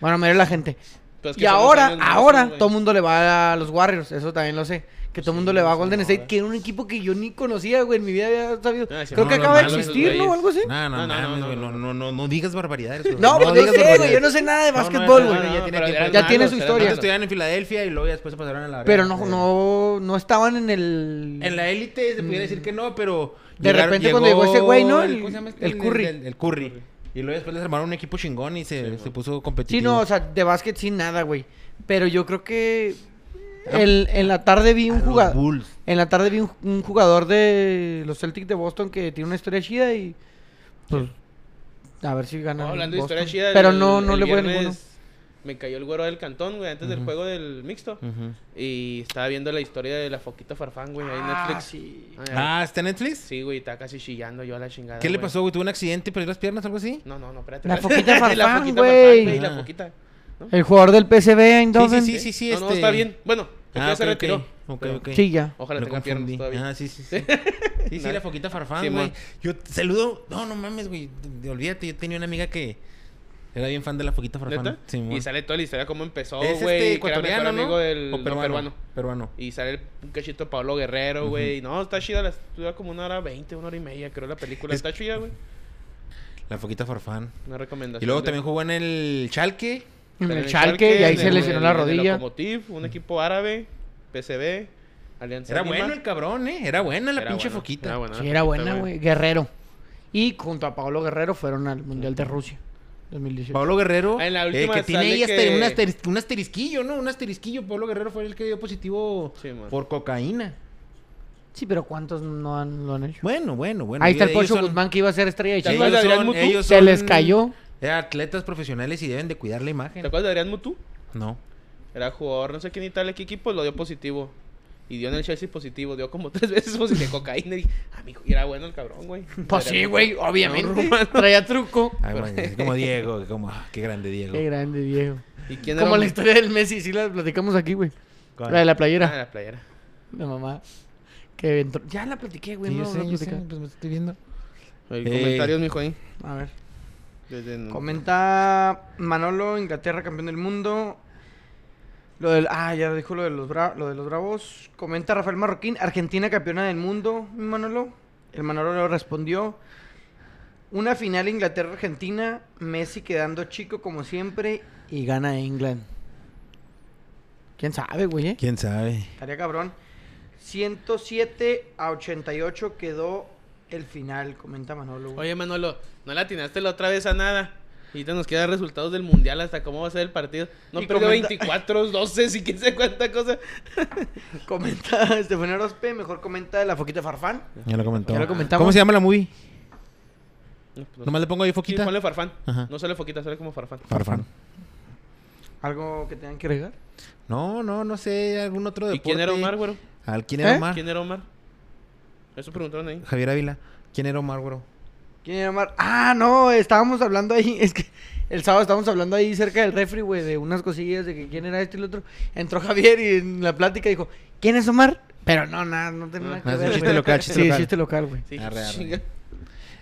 Bueno, me dio la gente. Pues que y son los ahora, años más, ahora, güey. todo el mundo le va a los Warriors, eso también lo sé. Que todo el mundo le va a sí, Golden no, State, güey. que era un equipo que yo ni conocía, güey, en mi vida había sabido. Ah, sí, Creo no, que no, acaba de mames, esos existir, ¿no? güeyes. Algo así. No, no, no, no, no, no, no, no, no digas barbaridades. güey. ¿Ah, No, pues yo digas sé, güey, barbaridades. yo no sé nada de No, no, básquetbol, no, güey. no, no, Ya tiene pero tiempo. eran Ya tiene malos, su eran historia. malos. Estudiaron en Filadelfia y luego ya después pasaron a la arena. Pero no, no, no estaban en el... En la élite se pudiera decir que no, pero... De repente cuando llegó ese güey, ¿no? El- ¿cómo se llama este? el Curry. El, el Curry. Y luego después les armaron un equipo chingón y se, se puso competitivo. Sí, no, o sea, de básquet sí nada, güey. Pero yo creo que... el- en la tarde vi A un los jugador... Bulls. En la tarde vi un, un jugador de los Celtics de Boston que tiene una historia chida y. Pues. A ver si gana. No, hablando de Boston. historia chida. Pero el- no, no el le voy a viernes ninguno. Me cayó el güero del cantón, güey, antes del Ujú. juego del mixto. Ujú. Y estaba viendo la historia de la foquita farfán, güey, ahí en Ah, Netflix. sí. Ay, ay. Ah, ¿está en Netflix? Sí, güey, estaba casi chillando yo a la chingada. ¿Qué le güey. pasó, güey? ¿Tuvo un accidente y perdió las piernas o algo así? No, no, no, espérate. La espérate. Foquita Farfán, La foquita güey. farfán, güey. La Ah. foquita. El jugador del PSV Eindhoven. Sí, sí, sí, No, no, este- Ah, está bien. Bueno, el que ya ok, se ok. retiró. Ok, pero ok. Sí, ya. Ojalá Lo tenga piernas confundí. todavía. Ah, sí, sí, sí. Sí, sí, Nah. la foquita farfán, Sí, güey. man. Yo te saludo. No, no mames, güey. de- de- Olvídate, yo tenía una amiga que era bien fan de la foquita farfán. ¿Neta? Sí, man. y sale toda la historia cómo empezó, güey. Es que era este mejor ecuatoriano, ¿no? amigo del O no, peruano. peruano. Peruano. Y sale el- un cachito de Pablo Guerrero, güey. No, está chida. La, dura como una hora veinte, una hora y media, creo, la película. Es- Está chida, güey. La foquita farfán. Una recomendación. Y luego de- también jugó en el Chalque. En Pero el Chalque y ahí en se el- lesionó la en el rodilla. Lokomotiv, un equipo árabe, PCB, Alianza Era Lima. bueno el cabrón, ¿eh? Era buena la Era pinche bueno, foquita. era buena la Sí, era foquita, buena, güey. Guerrero. Y junto a Pablo Guerrero fueron al Mundial de Rusia. 2018. Pablo Guerrero, Ah, En la eh, última que tiene sale ahí hasta que- un, asteris- un asterisquillo, ¿no? Un asterisquillo. Pablo Guerrero fue el que dio positivo Sí, man. por cocaína. Sí, pero ¿cuántos no han, lo han hecho? Bueno, bueno, bueno. ahí está el ellos Pocho son- Guzmán que iba a ser estrella de ¿Te ellos Chivas. acuerdas de son- Adrián Mutu? ellos Se les son- cayó. Eh, atletas profesionales y deben de cuidar la ¿Te imagen. acuerdas de Adrián Mutu? No. Era jugador, no sé quién y tal, qué equipo, lo dio positivo. Y dio en el Chelsea positivo, dio como tres veces positivo de cocaína. Y dije, amigo, y era bueno el cabrón, güey. Pues Era sí, bueno. güey, obviamente. Traía truco. Ay, bueno, es como Diego, que como, ah, qué grande Diego. Qué grande, Diego. ¿Y quién Como era? la historia del Messi, sí la platicamos aquí, güey. ¿Cuál? La de la Ah, playera. la playera. La mamá. Que entró- Ya la platiqué, güey. Sí, no yo la sé, voy a yo sé, platicar. pues me estoy viendo. Oye, Eh. Comentarios, mijo, ahí. A ver. Desde en- Comenta Manolo, Inglaterra, campeón del mundo. Lo del, ah, ya dijo lo de, los bra- lo de los bravos. Comenta Rafael Marroquín, Argentina campeona del mundo, mi Manolo. El Manolo lo respondió. Una final Inglaterra-Argentina, Messi quedando chico como siempre y gana England. ¿Quién sabe, güey? eh? ¿Quién sabe? Estaría cabrón. 107 a 88 quedó el final, comenta Manolo. güey. Oye, Manolo, no la atinaste la otra vez a nada. Y Ahorita nos quedan resultados del mundial hasta cómo va a ser el partido. No Y perdió comenta- 24, 12, si quién se cuánta cosa. Comenta Estefanía Orozpe, mejor comenta de la foquita Farfán. Ya lo comentó. Ya lo comentamos. ¿Cómo se llama la movie? No, pues, Nomás le pongo ahí sí, foquita. ponle farfán. Ajá. No sale foquita, sale como farfán. Farfán. ¿Algo que tengan que agregar? No, no, no sé, algún otro ¿Y deporte. quién era Omar, güero? ¿Al quién era ¿Eh? Omar? ¿Quién era Omar? Eso preguntaron ahí. Javier Ávila, ¿quién era Omar, güero? ¿Quién era Omar? Ah, no, estábamos hablando ahí. Es que el sábado estábamos hablando ahí cerca del refri, güey, de unas cosillas de que quién era este y el otro. Entró Javier y en la plática dijo, ¿quién es Omar? Pero no, nada, no tiene nada que no, Ah, es ver. un chiste güey. local, chiste sí, local. chiste local, güey. Sí, Arre, arre. chinga.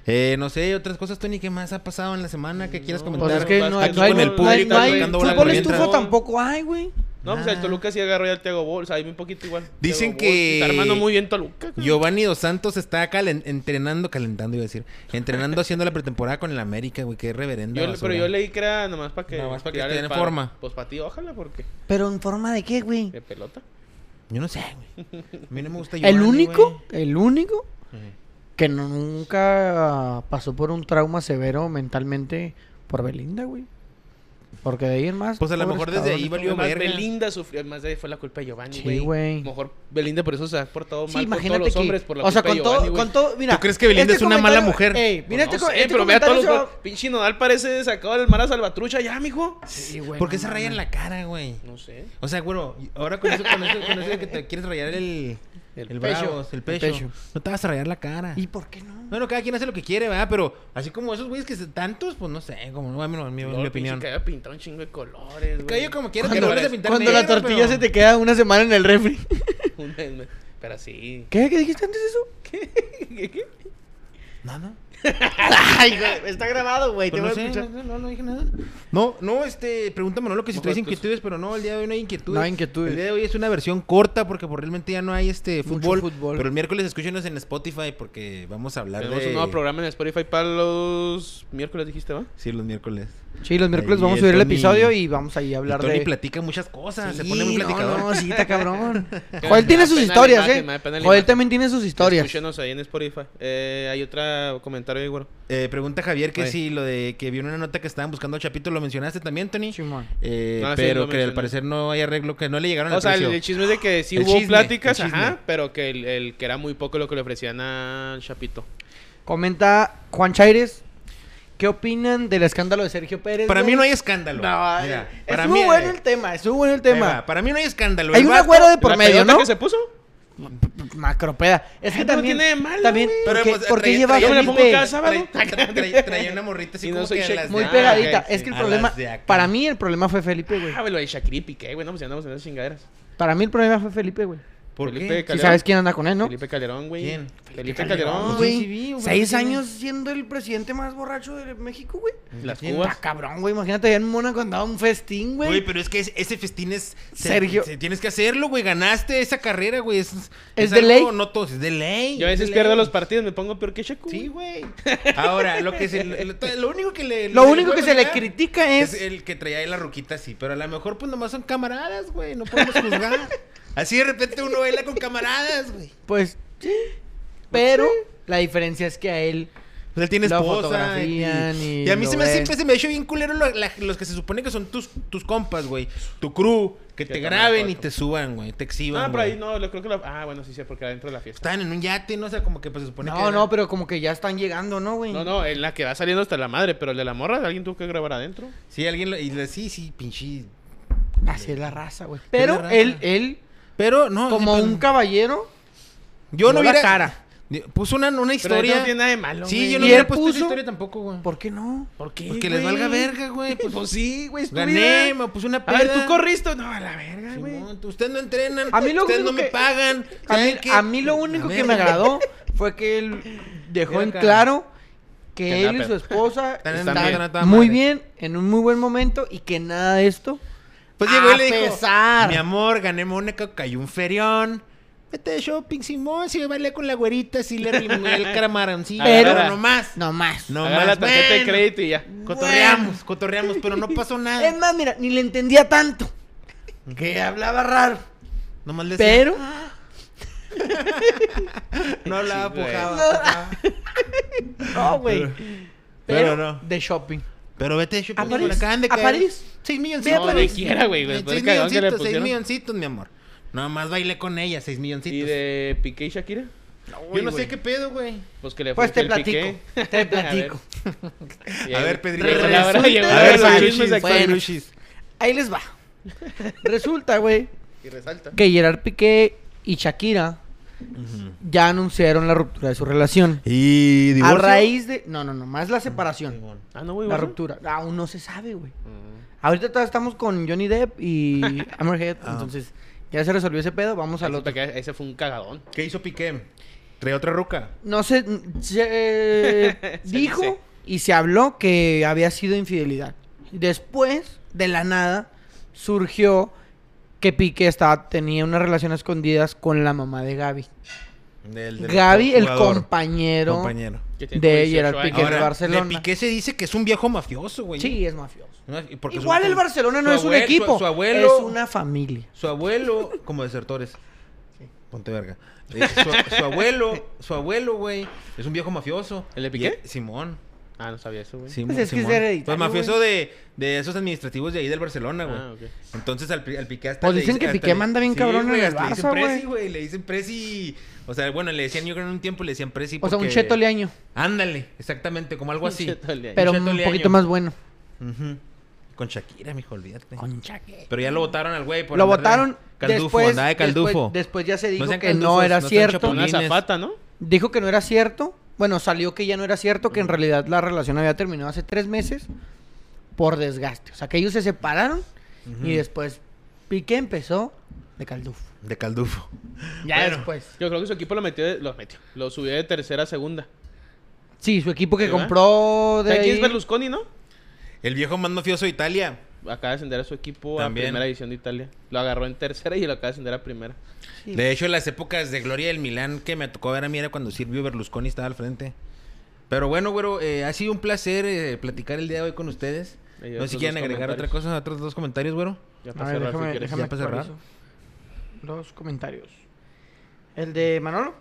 Eh, no sé, otras cosas, Tony, ¿qué más ha pasado en la semana que quieras No, comentar? Pues es que no hay, Aquí no hay, con el no hay- público no hay- tocando bola fútbol por estufa mientras. tampoco hay, güey. No, pues el Nah. Toluca sí agarró ya al Thiago Ball, o sea, ahí un poquito igual. Ah. Dicen Thiago Ball, que- Está armando muy bien Toluca. cabrón. Giovanni Dos Santos está calen- entrenando, calentando iba a decir, entrenando haciendo la pretemporada con el América, güey, qué reverenda. Yo le- basura. pero yo leí que era nomás para que. Nomás pa' que tirar el esté en paro. forma. Pues para ti, ojalá, porque. Pero en forma de qué, güey. De pelota. Yo no sé, güey. A mí no me gusta El Giovanni, único, güey. el único Eh, que no- nunca pasó por un trauma severo mentalmente por Belinda, güey. Porque de ahí en más. Pues a lo pobres mejor desde cabrones, ahí valió pobres. Más verga. Belinda sufrió, más de ahí fue la culpa de Giovanni. Sí, güey. Mejor Belinda por eso se ha portado Sí, mal con imagínate todos los que- hombres por la o sea, culpa de con todo, Giovanni, güey. con todo, mira. este ¿Tú crees que Belinda es una mala comentario- mujer? Ey, mira Pues este, no co- sé, este pero vea todos comentario los se va- gol- Pinche Nodal parece sacado del mar a Salvatrucha ya, mijo. Sí, güey, ¿Por qué no se rayan mames. la cara, güey? No sé. O sea, güero, ahora con eso, con eso, con eso de que te quieres rayar el, el, El bravos, pecho. el El pecho. pecho. No te vas a rayar la cara. ¿Y por qué no? Bueno, cada quien hace lo que quiere, ¿verdad? Pero así como esos güeyes que se- tantos, pues no sé, como no, bueno, mi, mi Luego el opinión. pinche que había pintado un chingo de colores, güey. Cayo como quieras, Cuando, te vuelves a pintar cuando la negro, tortilla pero- se te queda una semana en el refri. Un mes, me- Pero sí. ¿Qué? ¿Qué dijiste antes eso? ¿Qué? qué? No, no. Ay, güey, está grabado, güey. Pues no, sé, no, no, no dije nada. No, no, este, pregúntame, no, lo que si Mejor traes tú- inquietudes, pero no, el día de hoy no hay inquietudes. No hay inquietudes. El día de hoy es una versión corta porque pues, realmente ya no hay este Mucho fútbol, fútbol. Pero el miércoles escúchenos en Spotify porque vamos a hablar Tenemos de... un nuevo programa en Spotify para los miércoles, dijiste, ¿va? Sí, los miércoles. Sí, los miércoles Ahí vamos a el subir el Tony- episodio y vamos ahí a hablar y Tony de. platica muchas cosas, se Sí, pone muy no, platicador. No, sí, está cabrón. Me Joel da tiene sus pena la historias, imagen, eh. me da pena la Joel imagen. también tiene sus historias. Escúchenos ahí en Spotify. Eh, hay otro comentario ahí, güey. Eh, pregunta Javier que Oye. si lo de que vio una nota que estaban buscando a Chapito, ¿lo mencionaste también, Tony? Simón. Eh, Ah, sí, pero lo que al mencioné. parecer no hay arreglo, que no le llegaron al O sea, el, precio. el chisme es de que sí Ah, El hubo chisme, pláticas, el chisme. ajá, pero que, el, el- que era muy poco lo que le ofrecían al Chapito. Comenta Juan Chaires. ¿Qué opinan del escándalo de Sergio Pérez? Para mí güey? no hay escándalo. No, Mira, eh, para es muy mí- bueno el tema, es muy bueno el Ahí va, tema. Para mí no hay escándalo. Hay El un vato- agüero de por ¿La medio, pedota ¿no? que se puso? Macropeda. Es que no también. tiene de malo, también güey. ¿por Pero, qué- pues, ¿Por qué traía- lleva traía- Yo me a la pongo en Felipe casa, ¿vale? Tra- tra- tra- traía una morrita así Y no como soy que a Shake- las de- Muy Ah, pegadita. ok, Es sí. que el A las problema. de acá. Para mí el problema fue Felipe, güey. Ah, güey, lo de Shakira y Piqué, güey. No, pues ya andamos en esas chingaderas. Para mí el problema fue Felipe, güey. ¿Por qué? Felipe Si Calderón. sabes quién anda con él, ¿no? Felipe Calderón, güey. ¿Quién? Felipe Calderón, Calderón, güey. güey. sí, sí, güey. Seis años siendo el presidente más borracho de México, güey. Las ¿Quién? Está cubas. cabrón, güey. Imagínate, allá en Mónaco andaba un festín, güey. Güey, pero es que es- ese festín es... se- Sergio. se- tienes que hacerlo, güey. Ganaste esa carrera, güey. Es, de algo- ley. No todos, es de ley. Yo a es de veces ley. pierdo los partidos, me pongo peor que Ah, Shaku. Sí, güey. Ahora, lo que se, lo, lo único que le... Lo único que puedo se le negar critica es. el que traía ahí la ruquita, sí. Pero a lo mejor, pues, nomás son camaradas, güey. No podemos juzgar. Así de repente uno baila con camaradas, güey. Pues. sí. Pero la diferencia es que a él. Pues él tiene Lo esposa. Y, fotografían y y a mí lo se me, ves. hace- siempre se me ha hecho bien culero lo- la- los que se supone que son tus, tus compas, güey. Tu crew, que te toman graben y foto. te suban, güey. Te exhiban. Ah, pero ahí güey. no, lo creo que la... Ah, bueno, sí, sí, porque era dentro de la fiesta. Estaban en un yate, ¿no? O sea, como que pues, se supone que. No, no, pero como que ya están llegando, ¿no, güey? No, no, en la que va saliendo hasta la madre, pero el de la morra, alguien tuvo que grabar adentro. Sí, alguien. Lo, y le- sí, sí, pinche. Así es la raza, güey. la Pero raza. él, él, Pero no. como sí, pues, un caballero, Yo no dio la hubiera. cara. Puso una, una Pero ahorita historia. no tiene nada de malo, Sí, güey. yo no Y hubiera él puesto esa puso- historia tampoco, güey. ¿por qué no? ¿Por qué, Porque les güey? valga verga, güey. Pues, Pues sí, güey, es tu gané, vida. me puse una peda. A ver, tú corriste. No, a la verga, güey. Simón, Ustedes no entrenan. A mí lo ustedes único no me que- pagan. A mí, ¿saben qué? a mí lo único La que me verga. agradó fue que él dejó Mira en acá. claro que, Que él nada, y su pero- esposa Están están andando a toda muy madre. bien, en un muy buen momento y que nada de esto. Pues llegó y A le dijo, pesar. mi amor, gané Mónaco, cayó un ferión. Vete de shopping, Simón, si me bailé con la güerita, si le arrimé el camaroncillo. Pero- Pero no más. No más. No Agarra más. la tarjeta de Bueno, crédito y ya. Cotorreamos, cotorreamos, pero no pasó Es nada. más, mira, ni le entendía tanto. Que hablaba raro. Nomás le decía, "Ah". Pero. No hablaba, Sí, güey. pujaba. No. pujaba. No, güey. pero Pero, no. De shopping. Pero vete de shopping, ¿A París? le acaban de ¿A caer. París? 6 Ve a milloncitos. No, París. donde quiera, güey, güey. Fue 6 el cagón que le milloncitos, 6 pusieron. milloncitos, mi amor. Nomás bailé con ella, 6 milloncitos. ¿Y de Piqué y Shakira? Yo no sé qué pedo, güey. Pues que le Pues te ofreció el platico. Piqué. Te platico. Y A ahí- ver, Pedrito. Llegó la hora, Resulta- llegó A la ver, hora de los Saluchis, chismes de bueno. Xavi. Ahí les va. Resulta, güey, Y resalta. que Gerard Piqué y Shakira ya anunciaron la ruptura de su relación. Y A divorcio. raíz de. No, no, no, más la separación. Ah, no, güey. La ruptura. Aún no se sabe, güey. Mm. Ahorita todavía estamos con Johnny Depp y Amberhead. Ah. Entonces, ya se resolvió ese pedo. Vamos al Ese, otro. fue- ese fue un cagadón. ¿Qué hizo Piqué? Trae otra ruca. No sé. Se Se dice. dijo y se habló que había sido infidelidad. Después, de la nada, surgió que Piqué estaba, tenía unas relaciones escondidas con la mamá de Gaby. Del, del Gaby, el jugador. compañero. compañero. que tiene De como 18 Gerard años. Piqué. Ahora, el Barcelona. de Piqué se dice que es un viejo mafioso, güey. ¿eh? Sí, es mafioso. No, y porque Igual su- el Barcelona no su es un abuelo- su- equipo. Su, abuelo. Es una familia. Su abuelo, como desertores. Ponte verga. Eh, su, su abuelo, su abuelo, güey, es un viejo mafioso. ¿El de Piqué? Y- eh, Simón. Ah, no sabía eso, güey. Simón, es que es Simón. hereditario, Pues mafioso de, de esos administrativos de ahí del Barcelona, güey. Ah, ok. Entonces al, Pi- al Piqué hasta. Pues le dicen dice- que hasta Piqué le- manda bien cabrón en güey, el hasta Le dicen Barça, Presi, güey. güey. Le dicen Presi. O sea, bueno, le decían yo creo en un tiempo le decían Presi. O sea, un porque- cheto leaño, Ándale, exactamente, como algo Un así. cheto leaño. pero cheto un leaño. poquito más bueno. Ujú. Con Shakira, mijo, olvídate. Concha, que- Pero ya lo votaron al güey. por Lo andar de votaron Caldufo, después, andaba de Caldufo. después. después ya se dijo sean que no caldufos, era no sean cierto. chapulines. Una Polines. zapata, ¿no? Dijo que no era cierto. Bueno, salió que ya no era cierto, que en realidad la relación había terminado hace tres meses por desgaste. O sea, que ellos se separaron y después Piqué empezó de caldufo. De Caldufo. Ya Bueno. después. Yo creo que su equipo lo metió, de- lo metió. Lo subió de tercera a segunda. Sí, su equipo que ¿Sí, verdad? compró de ¿Sabes quién ahí- es Berlusconi, no? El viejo más mafioso de Italia. Acaba de ascender a su equipo También. a primera división de Italia. Lo agarró en tercera y lo acaba de ascender a primera. Sí. De hecho, las épocas de gloria del Milán que me tocó ver a mí era cuando Silvio Berlusconi estaba al frente. Pero bueno, güero, eh, ha sido un placer eh, platicar el día de hoy con ustedes. Ahí no sé otros si quieren dos agregar otra comentarios. cosa, otros dos comentarios, güero. Ya A para ver, cerrar, si déjame, quieres. déjame ya para cerrar. actualizo Los comentarios. El de Manolo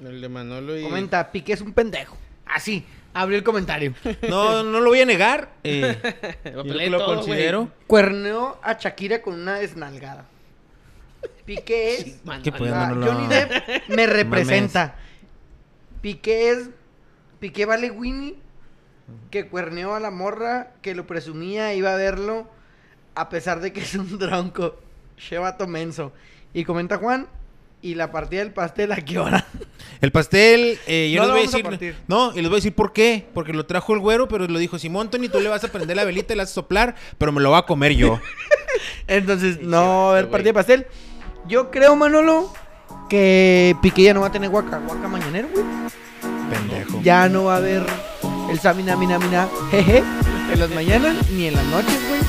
El de Manolo y... comenta, Piqué es un pendejo. Así, abrió el comentario. No, no lo voy a negar. eh, Lo yo peleé lo todo, considero. güey. Cuerneó a Shakira con una desnalgada. Piqué es... Manolo. ¿Qué puede, Ah, Manolo? Johnny Depp me representa. Piqué es... Piqué vale Winnie que cuerneó a la morra que lo presumía iba a verlo a pesar de que es un tronco. Chevato menso. Y comenta Juan, y la partida del pastel a qué hora. El pastel, eh, No yo lo les voy a vamos a decir. partir. no, y les voy a decir por qué. Porque lo trajo el güero, pero lo dijo Simón Tony, tú le vas a prender la velita y la vas a soplar, pero me lo va a comer yo. Entonces, no, va a haber güey. partida de pastel. Yo creo, Manolo, que Piqué ya no va a tener guaca, guaca mañanero, güey. Pendejo. Ya no va a haber el samina, mina, mina, jeje, en las mañanas ni en las noches, güey.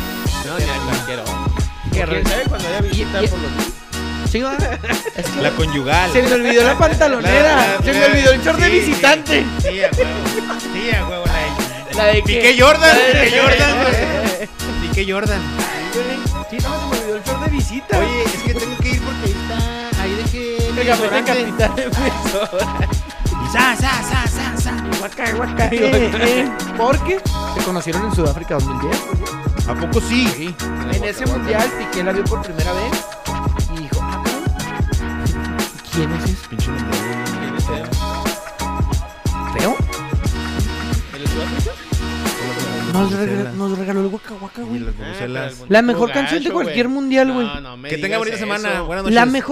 No, ya cualquiera. Qué ¿Quién re- sabe cuando haya visita y- por los... Sí, va. Es que La conyugal. se me olvidó la pantalonera, La- la- se me la- olvidó el short de sí, sí, visitante. Sí, a huevo. Sí, a huevo. La La de Piqué Jordan. Piqué Jordan, güey. Piqué Jordan. Sí, no, se me olvidó el short de visita. Oye, es que tengo que ir porque ahí está. Ahí dejé. el el café de desodorante. capital defensora. Sa, sa, sa, sa, sa. Guaca, guaca, eh, eh. Porque se conocieron en Sudáfrica 2010. ¿A poco sí? En ese mundial Piqué la vio por primera vez y dijo, ah, cabrón, ¿quién es ese Pinche mundial. feo? ¿El de Sudáfrica? Nos, rega- nos regaló el Waka Waka, Y güey. las Ah, bubucelas. pero el La mejor gacho, canción de güey. cualquier mundial, güey. No, no me Que tenga digas bonita semana. eso. Buenas noches. La mejor